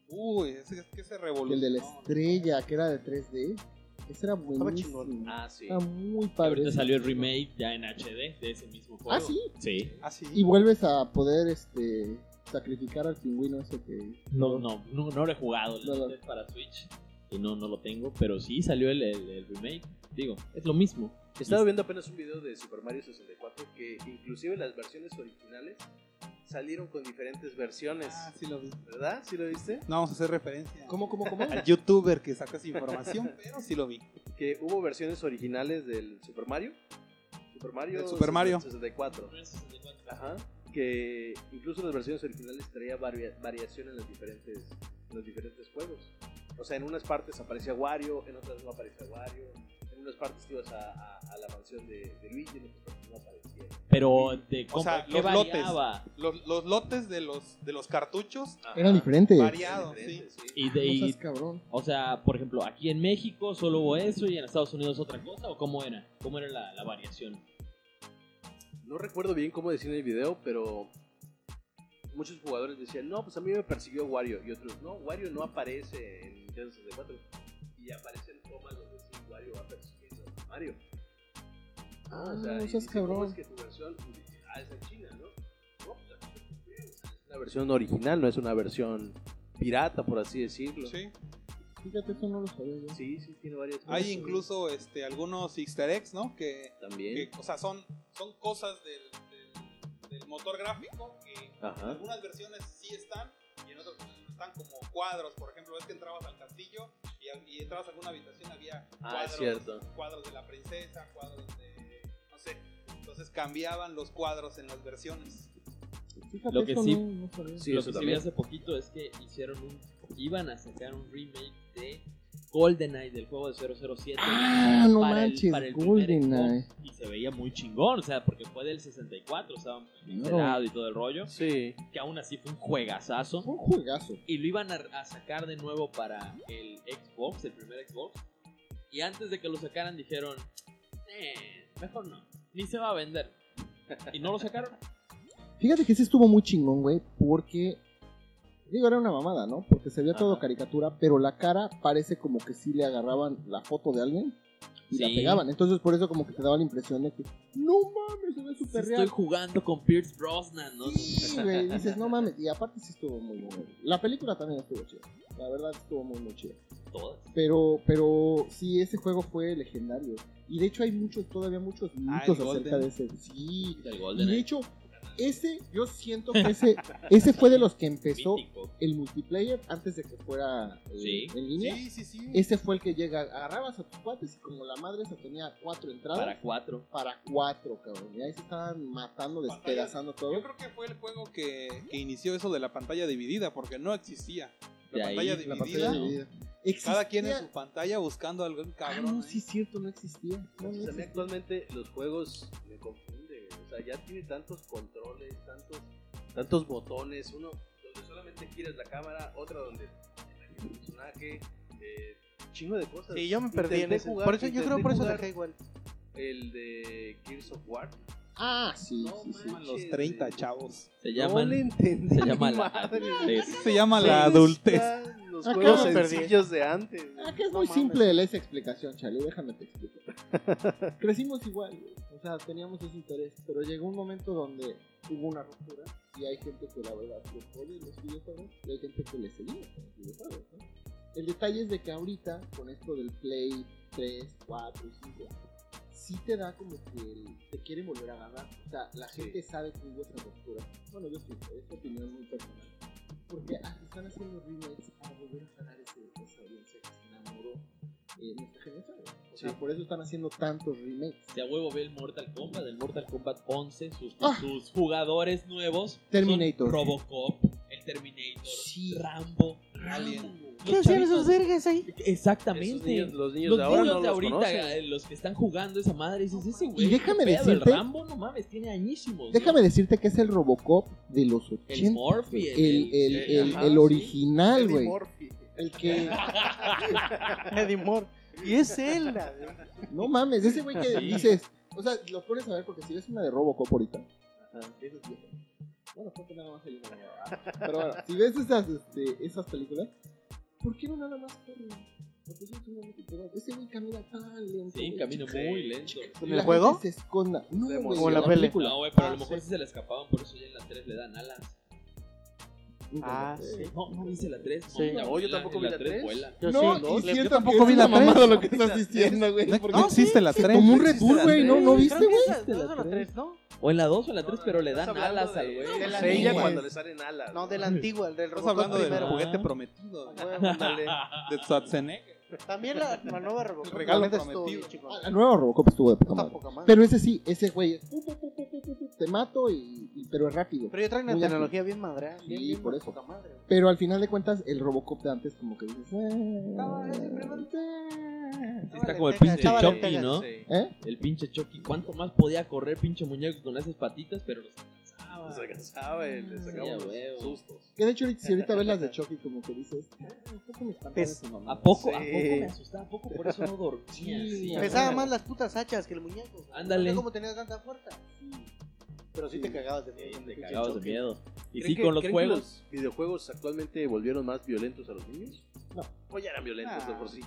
S2: Uy, ese es que se revolucionó.
S4: El de la
S2: ¿no?
S4: estrella, que era de 3D. Ese era buenísimo.
S3: chingón.
S5: Ah, sí.
S4: Era muy
S1: Y
S4: padre.
S1: Ahorita
S4: ese.
S1: salió el remake ya en HD de ese mismo juego.
S4: Ah, ¿sí?
S1: Sí.
S2: Ah, sí.
S4: Y vuelves a poder este sacrificar al pingüino ese que.
S1: No, no, no, no lo he jugado.
S4: No,
S1: Lo
S4: no.
S1: es para Switch y no, no lo tengo. Pero sí salió el, el- el remake. Digo, es lo mismo.
S5: Estaba viendo apenas un video de Super Mario 64 que inclusive las versiones originales salieron con diferentes versiones.
S2: Ah, sí lo vi.
S5: ¿Verdad? ¿Sí lo viste?
S2: No vamos a hacer referencia
S4: ¿Cómo, cómo, cómo?
S2: al youtuber que sacas información, pero sí lo vi.
S5: Que hubo versiones originales del Super Mario. Super Mario,
S2: Del Super Mario.
S5: 64. Ajá. Que incluso las versiones originales traía varia- variación en los diferentes, en los diferentes juegos. O sea, en unas partes aparecía Wario, en otras no aparecía Wario. En unas partes te ibas a, a- a la mansión de, de Luigi, en otras partes no aparecía.
S1: Pero de cómo,
S2: sea,
S1: ¿qué
S2: los lotes.
S1: variaba?
S2: Los, los lotes de los, de los cartuchos
S4: Eran diferentes.
S2: variados, sí.
S5: Diferentes, sí.
S1: Y de,
S4: No
S1: y-
S4: seas cabrón.
S1: o sea, por ejemplo, aquí en México solo hubo eso y en Estados Unidos otra cosa. ¿O cómo era? ¿Cómo era la, la variación?
S5: No recuerdo bien cómo decía en el video, pero muchos jugadores decían, no, pues a mí me persiguió Wario. Y otros, no, Wario no aparece en Nintendo 64. Y aparecen tomas donde sí Wario va persiguiendo a Mario.
S4: Ah,
S5: O sea, y
S4: no seas
S5: dicen,
S4: cabrón.
S5: "¿Cómo es que tu versión Y dicen, ah, es en China, ¿no? No, pues aquí lo compré, o sea, es una versión original, no es una versión pirata, por así decirlo.
S2: Sí.
S4: Fíjate, eso no lo sabía yo.
S5: sí, sí, tiene varias
S2: Hay incluso este, algunos easter eggs, ¿no? Que,
S5: También.
S2: que, o sea, son, son cosas del, del- del motor gráfico que en
S5: Ajá.
S2: algunas versiones sí están y en otras versiones no están como cuadros. Por ejemplo, ves que entrabas al castillo y, a- y entrabas a alguna habitación, había
S5: Ah, es
S2: cuadros,
S5: cierto.
S2: cuadros de la princesa, cuadros de... no sé. Entonces cambiaban los cuadros en las versiones.
S4: Fíjate,
S1: Lo que
S4: eso
S1: sí-
S4: no, no sabía.
S5: Sí,
S1: lo
S5: eso
S1: que sí vi
S5: también.
S1: hace poquito es que hicieron un. Iban a sacar un remake de GoldenEye del juego de 007.
S4: Ah, no
S1: para el-
S4: manches,
S1: para el primer
S4: GoldenEye.
S1: Xbox, Y se veía muy chingón, o sea, porque fue del 64, estaba pincelado y todo el rollo.
S5: Sí.
S1: Que aún así fue un juegazazo.
S4: Fue un juegazo.
S1: Y lo iban a, a sacar de nuevo para el Xbox, el primer Xbox. Y antes de que lo sacaran dijeron, "Eh, mejor no, ni se va a vender. Y no lo sacaron.
S4: Fíjate que ese estuvo muy chingón, güey, porque. Digo, era una mamada, ¿no? Porque se veía todo
S1: Ajá.
S4: caricatura, pero la cara parece como que sí le agarraban la foto de alguien y la
S1: Sí.
S4: pegaban. Entonces, por eso, como que te daba la impresión de que. ¡No mames! Se ve
S1: Sí,
S4: súper
S1: estoy
S4: real.
S1: jugando con Pierce Brosnan, ¿no?
S4: Sí, güey. Dices, no mames. Y aparte, sí estuvo muy bueno. La película también estuvo chida. La verdad, estuvo muy, muy chida.
S1: Todas.
S4: Pero, pero sí, ese juego fue legendario. Y de hecho, hay muchos, todavía
S1: Ah,
S4: muchos mitos
S2: el
S4: acerca
S2: Golden.
S4: de ese. Sí,
S1: El
S4: y de
S1: GoldenEye.
S4: hecho, ese, yo siento que ese, ese fue de los que empezó
S1: Mítico.
S4: el multiplayer antes de que fuera eh,
S1: Sí.
S4: en línea.
S2: Sí, sí, sí.
S4: Ese fue el que llega, agarrabas a tus cuates y como la madre se tenía cuatro entradas
S1: Para cuatro.
S4: para, cuatro, cabrón. Y ahí se estaban matando,
S2: Pantalla-
S4: despedazando todo.
S2: Yo creo que fue el juego que, que inició eso de la pantalla dividida, porque no existía.
S1: De
S2: La
S1: ahí,
S2: pantalla
S1: la
S2: dividida,
S4: La pantalla
S1: ¿no?
S4: dividida.
S2: cada quien en
S4: Existía-
S2: su pantalla buscando a algún
S4: Ah,
S2: cabrón.
S4: no,
S2: ¿eh?
S4: sí es cierto, no existía. No, no
S5: Entonces, a mí
S4: existía.
S5: actualmente los juegos me confunden. O sea, ya tiene tantos controles, tantos, tantos botones. Uno donde solamente giras la cámara, otra donde giras el personaje. Eh, un chingo de cosas.
S3: Sí, yo me perdí en
S5: Intenté
S3: ese.
S5: jugar-
S3: Por eso, yo
S5: intenté
S3: creo por eso
S5: jugar
S3: dejé igual.
S5: El de Gears of War.
S4: Ah, sí,
S5: No,
S4: sí, sí.
S5: man.
S2: Llaman los 30 chavos.
S1: Se
S5: No
S1: llaman.
S5: le entendí.
S1: se llama la
S5: madre.
S1: adultez.
S2: Se llama
S5: ¿Dónde
S2: la adultez.
S5: están Los
S4: Acá
S5: juegos
S3: me perdí.
S5: sencillos de antes.
S4: Ah, que es
S3: No
S4: muy
S3: mames.
S4: simple la esa explicación, Charlie, déjame te explico. Crecimos igual, güey. o sea, teníamos ese interés, pero llegó un momento donde hubo una ruptura y hay gente que la verdad les odia los videojuegos y hay gente que les seguía con los videojuegos, ¿no? El detalle es de que ahorita, con esto del Play 3, 4 y 5, sí te da como que el- te quieren volver a agarrar. O sea, la
S5: Sí.
S4: gente sabe que hubo esa ruptura. Bueno, yo siento, es opinión muy personal. Porque ah, están haciendo remakes para volver a jalar ese, esa audiencia que se enamoró eh, nuestra generación. güey. O sea, por eso están haciendo tantos remakes.
S1: De a huevo ve el Mortal Kombat, el Mortal Kombat 11, sus,
S4: Ah.
S1: sus jugadores nuevos. son
S4: Terminator.
S1: Robocop, el Terminator. Yoshi, Rambo,
S2: Alien.
S1: los
S3: ¿Qué hacían
S1: chavitos-
S3: esos vergas ahí?
S5: Esos
S1: Exactamente.
S5: niños- los niños
S1: los
S5: de ahora
S1: niños
S5: no
S1: de
S5: los
S1: ahorita,
S5: conocen.
S1: eh, los que están jugando esa madre, dices, ese güey.
S4: Y déjame
S1: qué pedo,
S4: decirte-
S1: El Rambo, no mames, tiene añísimos. ¿no?
S4: Déjame decirte que es el Robocop de los 80.
S1: El Morphy, el,
S4: el, el,
S5: el-
S4: el-
S5: ajá,
S4: el
S5: sí.
S4: original,
S5: Eddie
S4: güey.
S5: Murphy.
S4: El que.
S3: Eddie Moore. Y es Zelda. güey.
S4: No mames, ese güey que
S5: Sí.
S4: dices. O sea, lo pones a ver porque si ves una de Robocop ahorita. esa es vieja. Bueno, creo que nada más hay una. Pero bueno, si ves esas, este, esas películas, ¿por qué no nada más corre? Porque eso es un momento que va- Ese güey camina tan lento.
S1: Sí,
S4: güey.
S1: camina muy lento.
S4: Que
S3: ¿En
S4: la
S3: el
S4: gente
S3: juego?
S4: Se esconda. No,
S5: De
S4: güey,
S5: emoción.
S4: en
S3: la pele.
S4: película.
S1: No, güey, pero a lo
S3: Ah,
S1: mejor
S3: sí.
S1: sí se le escapaban, por eso ya en la 3 le dan alas.
S3: Ah, sí.
S1: No, no viste la 3.
S3: Sí.
S1: la
S5: No, yo
S1: vuela,
S5: tampoco
S1: en
S5: vi la tres.
S1: vuela.
S3: Yo
S4: no,
S3: sí.
S5: no,
S4: y
S5: le-
S4: siento
S3: yo tampoco
S4: que
S3: vi
S4: es
S3: la
S4: una
S3: tres.
S4: mamada lo que estás diciendo, güey.
S2: No,
S4: porque
S2: no existe la 3.
S4: Como un Red Bull, güey, ¿no? ¿No viste,
S3: Creo que
S4: güey?
S3: es la- no son las tres, ¿no?
S1: O en la 2 o en la 3,
S5: No, no,
S1: pero le
S5: estás
S1: dan
S5: hablando
S1: alas
S5: de-
S1: al güey.
S5: De la
S3: Sí,
S5: niña
S3: güey.
S5: cuando le salen alas.
S3: No, de la antigua, el del
S2: Estás
S3: Robocop
S2: hablando del
S3: primero.
S2: juguete prometido.
S3: Ah,
S2: De
S3: güey, ándale.
S2: Schwarzenegger.
S3: También la, la nueva Robocop.
S2: El regalo
S3: la neta estuvo
S2: prometido.
S3: bien chingona.
S4: Ah, El nuevo Robocop estuvo de puta
S3: Está
S4: madre.
S3: poca madre.
S4: Pero ese sí, ese güey es pu, pu, pu, pu, pu, pu, pu, te mato y, y- pero es rápido.
S3: Pero yo traigo una
S4: Muy
S3: tecnología bien madre.
S4: Sí,
S3: Bien, bien
S4: por
S3: por
S4: eso.
S3: Poca madre. güey.
S4: Pero al final de cuentas el Robocop de antes como que dices,
S3: No, es el
S4: eh,
S3: primer-
S1: Sí,
S3: Estaba
S1: está como el
S3: lenteja,
S1: pinche
S3: estaba
S1: Chucky,
S3: lenteja.
S1: ¿no?
S5: Sí.
S4: ¿eh?
S1: El pinche Chucky, ¿cuánto más podía correr pinche muñeco con esas patitas? Pero los alcanzaba.
S5: Se cansaba y le sacaba
S1: Sí, a
S5: unos
S1: huevo.
S5: sustos.
S4: Que de hecho ahorita- si ahorita ves las de Chucky como que dices, "Ah, un poco me espanta
S3: Pes-
S4: esa mamá".
S1: ¿A poco?
S5: Sí.
S1: ¿A poco me asustaba? ¿A poco por eso no dormía?
S4: Sí.
S1: Sí,
S3: Pesaba
S1: ajá.
S3: más las putas hachas que el muñeco. güey.
S1: Ándale.
S3: No sé cómo tenías tanta fuerza. Pero sí te cagabas de miedo.
S1: Te
S3: pinche
S1: cagabas de
S3: choque.
S1: miedo. Y
S5: ¿Creen
S1: sí,
S5: que-
S1: con los
S5: creen que
S1: juegos.
S5: los videojuegos actualmente volvieron más violentos a los niños?
S4: No.
S5: O ya eran violentos
S2: Ah.
S5: de por sí.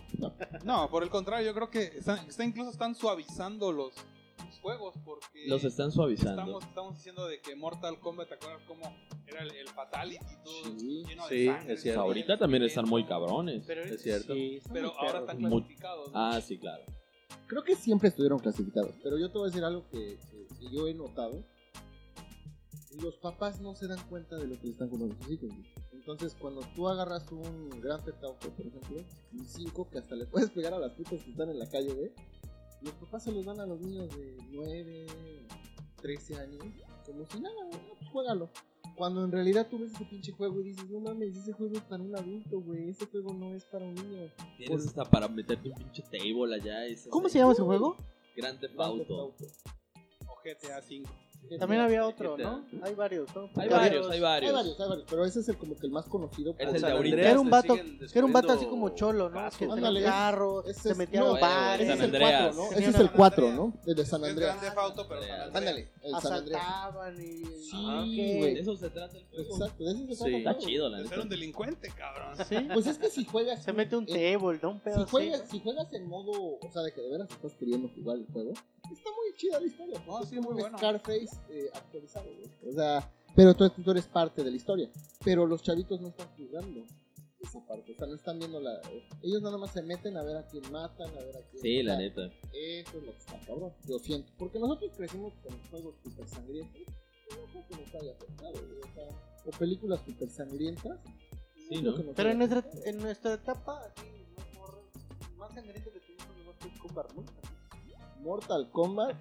S2: No, por el contrario, yo creo que están, está- incluso están suavizando los, los juegos porque
S1: Los están suavizando. Pues
S2: estamos, estamos diciendo de que Mortal Kombat, ¿te acuerdas cómo era el, el Fatality? Todo
S4: Sí.
S2: lleno de
S5: Sí,
S2: sangre,
S5: es cierto.
S2: todo
S1: Ahorita
S2: lleno de
S1: también están muy
S2: sangre.
S1: cabrones.
S3: Pero
S5: Es cierto.
S3: Sí,
S2: Pero ahora están
S1: Muy-
S2: clasificados. ¿no?
S1: Ah, sí, claro.
S4: Creo que siempre estuvieron clasificados, pero yo te voy a decir algo que, que- que yo he notado. Los papás no se dan cuenta de lo que le están jugando a sus hijos. güey. Entonces, cuando tú agarras un Grand Theft Auto, por ejemplo, un 5 que hasta le puedes pegar a las putas que están en la calle, güey, los papás se los dan a los niños de 9, 13 años, como si nada, güey, ah, pues juégalo. Cuando en realidad tú ves ese pinche juego y dices, no mames, ese juego es para un adulto, güey, ese juego no es para un niño.
S1: Tienes hasta para meterte un pinche table allá. ese-
S3: ¿Cómo se llama ese juego?
S1: Grand Theft
S4: Grand Theft
S1: Auto.
S4: Auto.
S2: O GTA V.
S3: También había otro,
S5: ¿Qué
S3: ¿no? Hay varios. ¿no?
S1: Hay
S4: Ya
S1: varios, hay
S4: Hay varios,
S1: varios.
S4: hay varios, pero ese es el como que el más conocido.
S1: Es
S5: Al
S1: el
S5: San
S1: de ahorita.
S5: Andreas
S3: Era un
S5: le
S3: vato-
S5: siguen
S3: Que era un vato así
S5: descubriendo
S3: como cholo, ¿no?
S5: casos.
S3: Que tenía
S4: Ándale,
S3: un
S4: ese-
S3: carro,
S4: ese
S3: se
S4: es-
S3: metía
S4: no,
S3: a los
S1: güey, güey,
S3: bares,
S1: San
S4: Ese es el
S1: Andreas.
S4: 4, ¿no? Ese
S2: Tenía
S4: es
S2: una
S4: el 4,
S2: Andreas.
S4: ¿no? El de San
S2: Es
S4: Andreas.
S2: Grand Theft Auto, pero San Andreas.
S4: Ándale, el San Andreas.
S3: asaltaban y...
S4: Sí,
S1: Ah,
S3: Ajá.
S4: güey.
S1: De eso se trata el juego.
S4: Exacto, de ese se
S5: Sí.
S4: trata,
S1: Está
S4: claro.
S1: chido, la
S2: De ser
S1: neta.
S2: un delincuente, cabrón.
S3: Sí.
S4: Pues es que si juegas.
S3: Se mete un
S4: en-
S3: table, ¿no? Un pedo
S4: Si
S3: así,
S4: juegas,
S3: ¿no?
S4: si juegas en modo, o sea, de que de veras estás queriendo jugar el juego, está muy chida la historia.
S2: No,
S4: Es
S2: sí,
S4: como
S2: muy
S4: un
S2: bueno.
S4: Scarface eh, actualizado, güey. O sea, pero tú, tú eres parte de la historia. Pero los chavitos no están jugando esa parte. O sea, no están viendo la. Ellos nada más se meten a ver a quién matan, a ver a quién.
S1: Sí,
S4: o
S1: la
S4: sea,
S1: neta.
S4: Eso es lo que está cabrón. Lo siento. Porque nosotros crecimos con juegos super sangrientos. y No creo que nos haya afectado, güey, o sea, o películas super sangrientas.
S1: Sí,
S4: creo
S1: ¿no?
S4: que nos
S3: Pero
S4: haya
S3: en nuestra,
S4: afectado.
S3: en nuestra etapa, así, más morro, más sangriento que tuvimos fue Mortal Kombat, ¿no?
S4: Mortal Kombat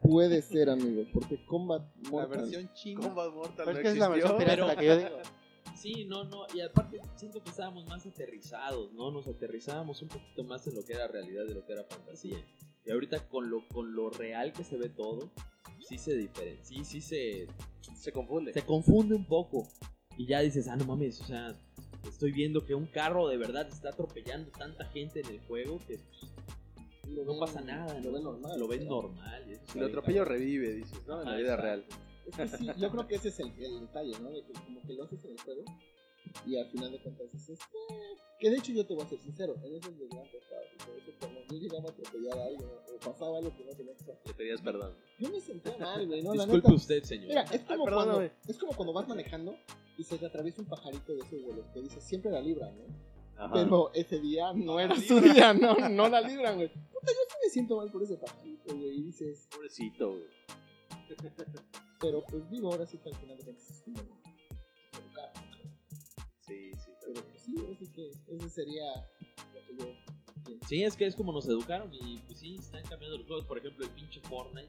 S4: puede ser, amigo. Porque Kombat
S2: La
S4: Mortal.
S2: versión china.
S5: Combat Mortal
S3: Pero
S5: no
S3: es que es la versión
S5: existió.
S3: pirata la que yo digo.
S1: Sí, no, no. Y aparte, siento que estábamos más aterrizados, ¿no? Nos aterrizábamos un poquito más en lo que era realidad de lo que era fantasía. Y ahorita con lo, con lo real que se ve todo, sí se diferencia. Sí, sí se,
S5: Se confunde.
S1: se confunde un poco. Y ya dices, ah, no mames, o sea, estoy viendo que un carro de verdad está atropellando tanta gente en el juego que
S4: Lo
S1: no
S4: ven-
S1: pasa nada, ¿no?
S4: Lo ven normal.
S1: Lo ven
S4: ¿no?
S1: normal. y eso
S5: Si
S1: está
S5: lo
S1: bien
S5: atropello
S1: cabrón.
S5: revive, dices, ¿no? En la
S1: Ajá, Ah,
S5: vida
S1: exacto.
S5: real.
S4: Es que sí, yo creo que ese es el, el detalle, ¿no? De que como que lo haces en el juego y al final de cuentas dices, "Eh". que de hecho yo te voy a ser sincero, en esos de gran pecado, y por eso cuando yo llegaba a atropellar a alguien o pasaba algo que no tenía que pasar,
S5: Le pedías perdón.
S4: yo me sentía mal, güey, ¿no? La
S1: Disculpe
S4: neta.
S1: usted, señor.
S4: Mira, es como,
S5: Ay, perdóname.
S4: cuando, es como cuando vas manejando y se te atraviesa un pajarito de esos de los que dices, siempre la libra, ¿no? Pero ese día no era su día, no, no la libran, güey. Puta, yo sí me siento mal por ese pajarito, güey, y dices,
S5: Pobrecito, güey.
S4: pero pues digo, ahora sí que al final de cuentas es como... educar.
S5: Sí, sí.
S4: Pero pues, sí, así que ese sería lo que yo.
S1: Sí, es que es como nos educaron y pues sí, están cambiando los juegos. Por ejemplo, el pinche Fortnite.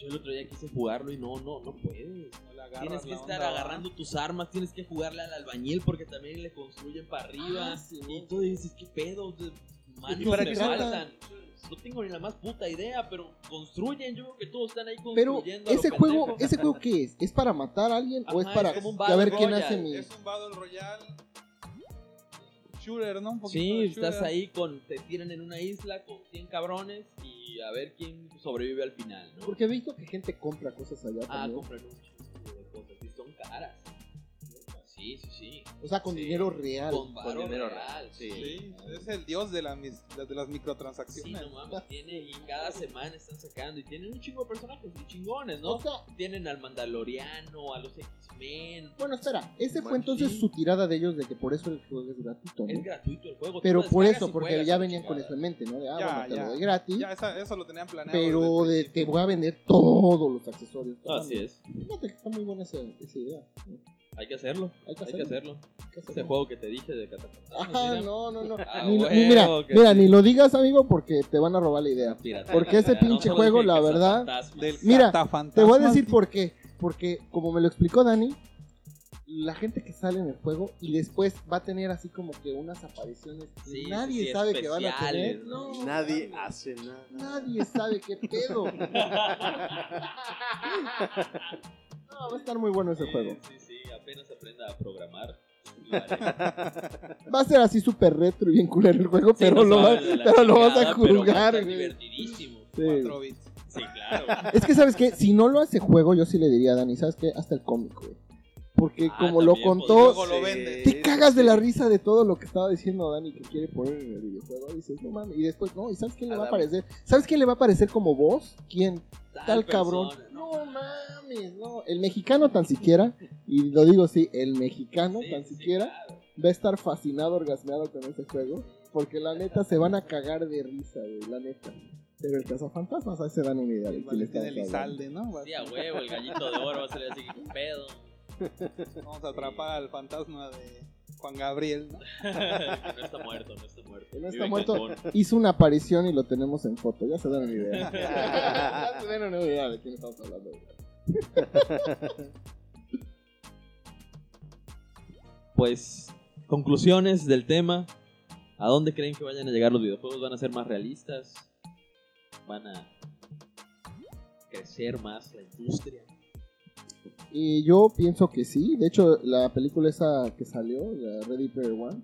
S1: Yo el otro día quise jugarlo y no, no, no puedes.
S2: No le agarras
S1: Tienes que
S2: la
S1: estar
S2: onda, ¿va?
S1: agarrando tus armas, tienes que jugarle al albañil porque también le construyen para arriba.
S4: Ah,
S1: y tú dices, ¿qué pedo? De- Manos
S4: para
S1: me
S4: qué trata?
S1: faltan. No tengo ni la más puta idea, pero construyen. Yo creo que todos están ahí
S4: Pero
S1: construyendo. a lo
S4: ese juego,
S1: pendejo.
S4: ese juego qué es? ¿Es para matar a alguien o es
S1: Ajá,
S4: para
S1: es como un
S4: a ver
S1: Battle
S4: quién
S1: Royale,
S4: hace mi
S2: Es un Battle Royale shooter, ¿no? Un poquito
S1: Sí,
S2: de
S1: estás
S2: shooter.
S1: ahí con. Te tiran en una isla con 100 cabrones y a ver quién sobrevive al final, ¿no?
S4: Porque he visto que gente compra cosas allá
S1: Ah,
S4: también.
S1: compran un chingo de cosas y son caras. Sí, sí, sí.
S4: O sea, con
S1: Sí.
S4: dinero real.
S1: Con varo
S5: dinero
S1: real, sí.
S2: Sí, es el dios de, la mis- de las
S1: Sí,
S2: microtransacciones.
S1: no mames, tiene y cada semana están sacando y tienen un chingo de personajes y chingones, ¿no?
S4: O sea,
S1: Tienen al Mandaloriano, a los X-Men.
S4: bueno, espera, ese fue
S1: Bueno,
S4: entonces
S1: sí.
S4: su tirada de ellos de que por eso el juego es gratuito, ¿no?
S1: Es gratuito el juego. tú
S4: Pero
S1: lo
S4: por
S1: descargas
S4: eso,
S1: y
S4: porque
S1: juegas
S4: ya
S1: a la
S4: venían con
S1: chingada.
S4: eso en mente, ¿no? De, ah,
S2: Ya,
S4: bueno, te lo
S2: ya.
S4: doy gratis,
S2: Ya, esa- eso lo tenían planeado.
S4: pero
S2: desde
S4: de,
S2: el
S4: te voy a vender todos los accesorios.
S1: Así es,
S4: Fíjate que está muy buena esa, esa idea. ¿no?
S1: hay que hacerlo,
S4: Hay que
S1: hay que hacerlo.
S4: hay que
S1: Ese
S4: hacerlo.
S1: juego que te dije de Catafantasmas,
S4: Ah,
S1: mira,
S4: no, no, no.
S1: Ah,
S4: Ni- ni-
S1: huevo,
S4: mira,
S1: que
S4: mira,
S1: sí.
S4: ni lo digas, amigo, porque te van a robar la idea.
S1: pirata.
S4: Porque ese
S1: Ya,
S4: pinche
S1: solo
S4: juego,
S1: dije
S4: la verdad,
S1: Catafantasmas.
S2: del
S4: Mira,
S2: Catafantasmas.
S4: Te voy a decir por qué. Porque, como me lo explicó Dani, la gente que sale en el juego y después va a tener así como que unas apariciones que
S1: Sí,
S4: nadie
S1: sí,
S4: sabe que van a tener.
S1: especiales, ¿no?
S4: No,
S5: Nadie
S4: mames,
S5: hace nada.
S4: Nadie sabe qué pedo. no, va a estar muy bueno ese
S1: Sí,
S4: juego.
S1: Sí, sí, apenas aprenda a programar. lo haré.
S4: Va a ser así súper retro y bien culero el juego,
S1: Sí,
S4: pero,
S1: no
S4: lo
S1: sabe
S4: vas-
S1: de la
S4: pero lo vas
S1: chingada,
S4: a
S1: pero va
S4: jugar.
S1: estar
S4: güey.
S1: divertidísimo.
S4: Sí.
S2: Cuatro bits.
S1: Sí, claro.
S4: Es que, ¿sabes qué? Si no lo hace juego, yo sí le diría a Dani, ¿sabes qué? Hasta el cómic, güey. Porque
S1: Ah,
S4: como lo
S1: también
S2: Y
S4: contó,
S2: luego lo
S5: Sí,
S2: vende.
S4: Te cagas de la risa de todo lo que estaba diciendo Dani que quiere poner en el videojuego. Dices, no mames. Y después, no, ¿y sabes quién le va a
S5: Adam.
S4: aparecer? ¿Sabes quién le va a aparecer como voz? ¿Quién?
S1: Tal,
S4: Tal
S1: persona,
S4: cabrón.
S1: ¿no?
S4: No mames, no. El mexicano tan siquiera, y lo digo así, el mexicano
S1: Sí,
S4: tan
S1: sí,
S4: siquiera
S1: claro.
S4: va a estar fascinado, orgasmeado con ese juego. Porque la neta se van a cagar de risa, güey, la neta. Pero el cazafantasmas, ahí se dan una idea. de
S2: El
S4: quién le
S2: Valentín
S4: estamos hablando.
S2: Elizalde, ¿no? Va-
S1: Sí, a huevo, el gallito de oro va a salir así, que pedo.
S2: Vamos a atrapar al fantasma de Juan Gabriel, ¿no?
S1: no está muerto, no está muerto.
S4: Que no
S1: Vive
S4: está
S1: en
S4: muerto.
S1: Cancún.
S4: Hizo una aparición y lo tenemos en foto. Ya se dan una idea. ya se dan una idea de quién estamos hablando.
S1: Pues, conclusiones del tema. ¿A dónde creen que vayan a llegar los videojuegos? ¿Van a ser más realistas? ¿Van a crecer más la industria?
S4: Y yo pienso que sí. De hecho, la película esa que salió, la Ready Player One,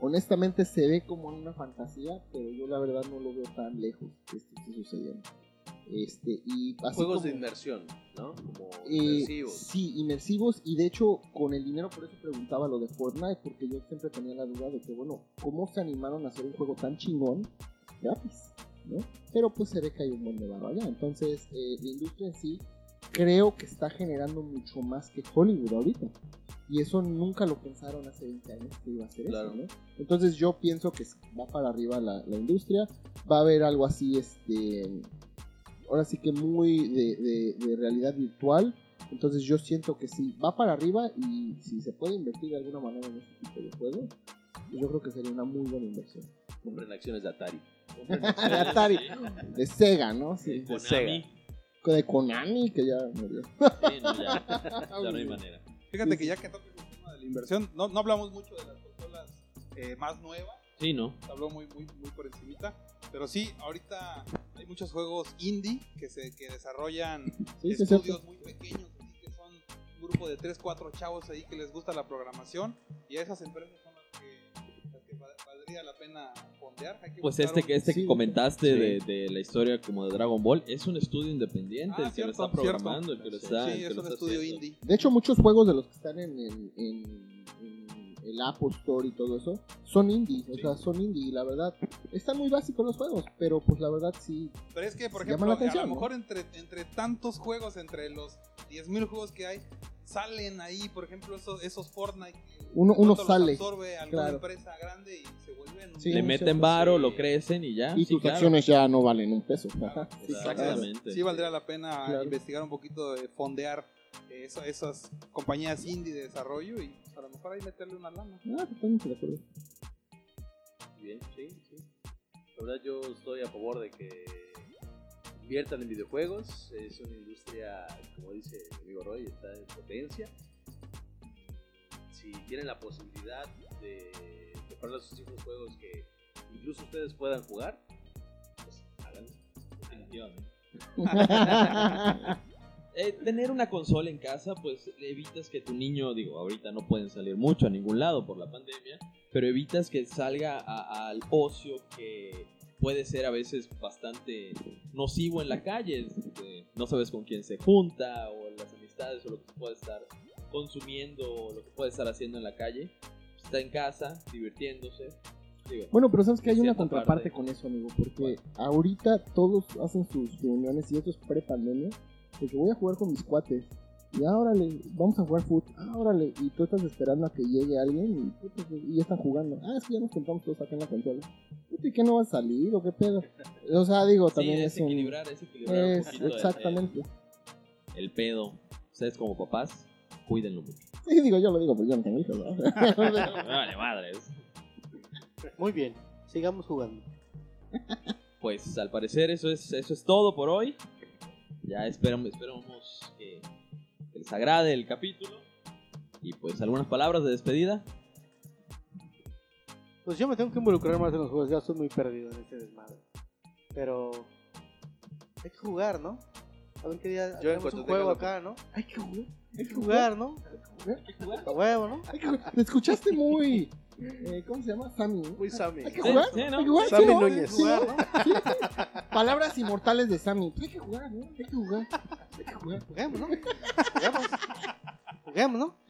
S4: honestamente se ve como una fantasía, pero yo la verdad no lo veo tan lejos que esto esté sucediendo. Este, y así
S5: Juegos de
S4: como-
S5: inmersión, ¿no? Como
S4: Eh,
S5: inmersivos.
S4: Sí, inmersivos. Y de hecho, con el dinero, por eso preguntaba lo de Fortnite, porque yo siempre tenía la duda de que, bueno, ¿cómo se animaron a hacer un juego tan chingón gratis? ¿no? Pero pues se ve que hay un buen de varo allá. Entonces, eh, la industria en sí creo que está generando mucho más que Hollywood ahorita. Y eso nunca lo pensaron hace 20 años que iba a ser
S5: Claro.
S4: eso, ¿no? Entonces yo pienso que va para arriba la, la industria. Va a haber algo así, este... Ahora sí que muy de, de- de realidad virtual. Entonces yo siento que sí, va para arriba y si se puede invertir de alguna manera en este tipo de juegos, yo creo que sería una muy buena inversión.
S5: Compren acciones de Atari.
S4: De Atari, de Sega, ¿no? Sí.
S1: Konami.
S5: Sega.
S4: De Konami, que ya murió.
S1: Sí, no, ya, ya no hay manera.
S2: Fíjate que ya que toca el tema de la inversión, no, no hablamos mucho de las consolas eh, más nuevas,
S1: Sí, ¿no?
S2: se habló muy, muy, muy por encimita, pero sí, ahorita hay muchos juegos indie que se que desarrollan
S4: Sí, sí, es cierto.
S2: estudios muy pequeños, así que son un grupo de 3, 4 chavos ahí que les gusta la programación y a esas empresas son las que, las que val- valdría la pena fondear. Hay que
S1: Pues
S2: buscar
S1: este que
S2: un-
S1: este
S4: Sí.
S1: que comentaste
S5: Sí.
S1: de, de la historia como de Dragon Ball es un estudio independiente
S2: Ah,
S1: el que lo
S2: cierto,
S1: está programando, el que lo
S2: Sí,
S1: está, el que
S2: es
S1: lo
S2: un
S1: está
S2: estudio
S1: haciendo.
S2: indie.
S4: De hecho, muchos juegos de los que están en, en- en- en el Apple Store y todo eso son indie. O
S2: Sí.
S4: sea, son indie. Y la verdad, están muy básicos los juegos, pero pues la verdad sí.
S2: Pero es que, por
S4: Llama
S2: ejemplo,
S4: la atención,
S2: a lo
S4: ¿no?
S2: mejor entre, entre tantos juegos, entre los 10.000 juegos que hay, salen ahí, por ejemplo, esos, esos Fortnite. que
S4: Uno-
S2: pronto
S4: uno
S2: los
S4: sale,
S2: absorbe alguna
S4: claro.
S2: empresa grande y se vuelven. un-
S4: Sí,
S1: Le
S4: no,
S1: meten
S4: cierto,
S1: varo,
S2: sí.
S1: lo crecen y ya.
S4: Y
S1: Ah, sí,
S4: tus
S1: claro.
S4: acciones ya no valen un peso.
S2: Sí, claro.
S1: Exactamente.
S2: Sí, valdría la pena
S4: Claro.
S2: investigar un poquito de fondear eh, eso- esas compañías indie de desarrollo y a lo mejor ahí meterle una lana.
S4: Ah, totalmente de acuerdo.
S5: Bien, sí, sí. La verdad yo estoy a favor de que inviertan en videojuegos, es una industria, como dice mi amigo Roy, está en potencia. Si tienen la posibilidad de comprarle a sus hijos juegos que incluso ustedes puedan jugar, pues háganlo.
S1: Definitivamente. Eh, tener una consola en casa, pues evitas que tu niño, digo, ahorita no pueden salir mucho a ningún lado por la pandemia, pero evitas que salga a- al ocio que puede ser a veces bastante nocivo en la calle. este, no sabes con quién se junta o las amistades o lo que puede estar consumiendo o lo que puede estar haciendo en la calle. pues, Está en casa, divirtiéndose. Digo,
S4: Bueno, pero sabes que hay una
S1: Cierta parte.
S4: contraparte con eso, amigo, porque ahorita todos hacen sus reuniones y esto es pre-pandemia, de que voy a jugar con mis cuates. Y ah, órale, vamos a jugar foot, ah, órale, y tú estás esperando a que llegue alguien y, puta, pues, y ya están jugando. Ah, es que ya nos juntamos todos acá en la consola. Puta, ¿y qué no va a salir o qué pedo? O sea, digo,
S1: sí,
S4: también
S1: es,
S4: es, un...
S1: equilibrar, es equilibrar un
S4: es-
S1: poquito el-
S4: exactamente.
S1: el, el pedo. Ustedes como papás, cuídenlo mucho.
S4: Sí, digo, yo lo digo, pues yo no tengo hijos, ¿verdad?
S1: Vale, madres.
S3: Muy bien, sigamos jugando.
S1: pues al parecer eso es, eso es todo por hoy. Ya esperamos, esperamos que les agrade el capítulo. Y pues algunas palabras de despedida.
S3: Pues yo me tengo que involucrar más en los juegos, ya estoy muy perdido en este desmadre. Pero hay que jugar, ¿no? A ver qué día
S5: Yo en
S3: hacemos
S5: cuanto
S3: un
S5: tenga
S3: juego
S5: la
S3: acá, ¿no?
S4: Hay que jugar,
S3: Hay que jugar, ¿no? A huevo, ¿no?
S4: hay que jugar. Te escuchaste muy... eh, ¿Cómo se llama? Sammy. ¿no?
S5: Muy Sammy.
S4: Hay que
S1: Sí,
S4: jugar,
S1: sí, ¿no?
S4: hay que jugar,
S5: Sammy
S4: sí, ¿no?
S5: Núñez.
S4: Sí, ¿no? Sí, sí. Palabras inmortales de Sammy. Hay que jugar, pues. ¿no? Hay que jugar. Hay que jugar.
S3: Juguemos, ¿no? Juguemos. Juguemos, ¿no?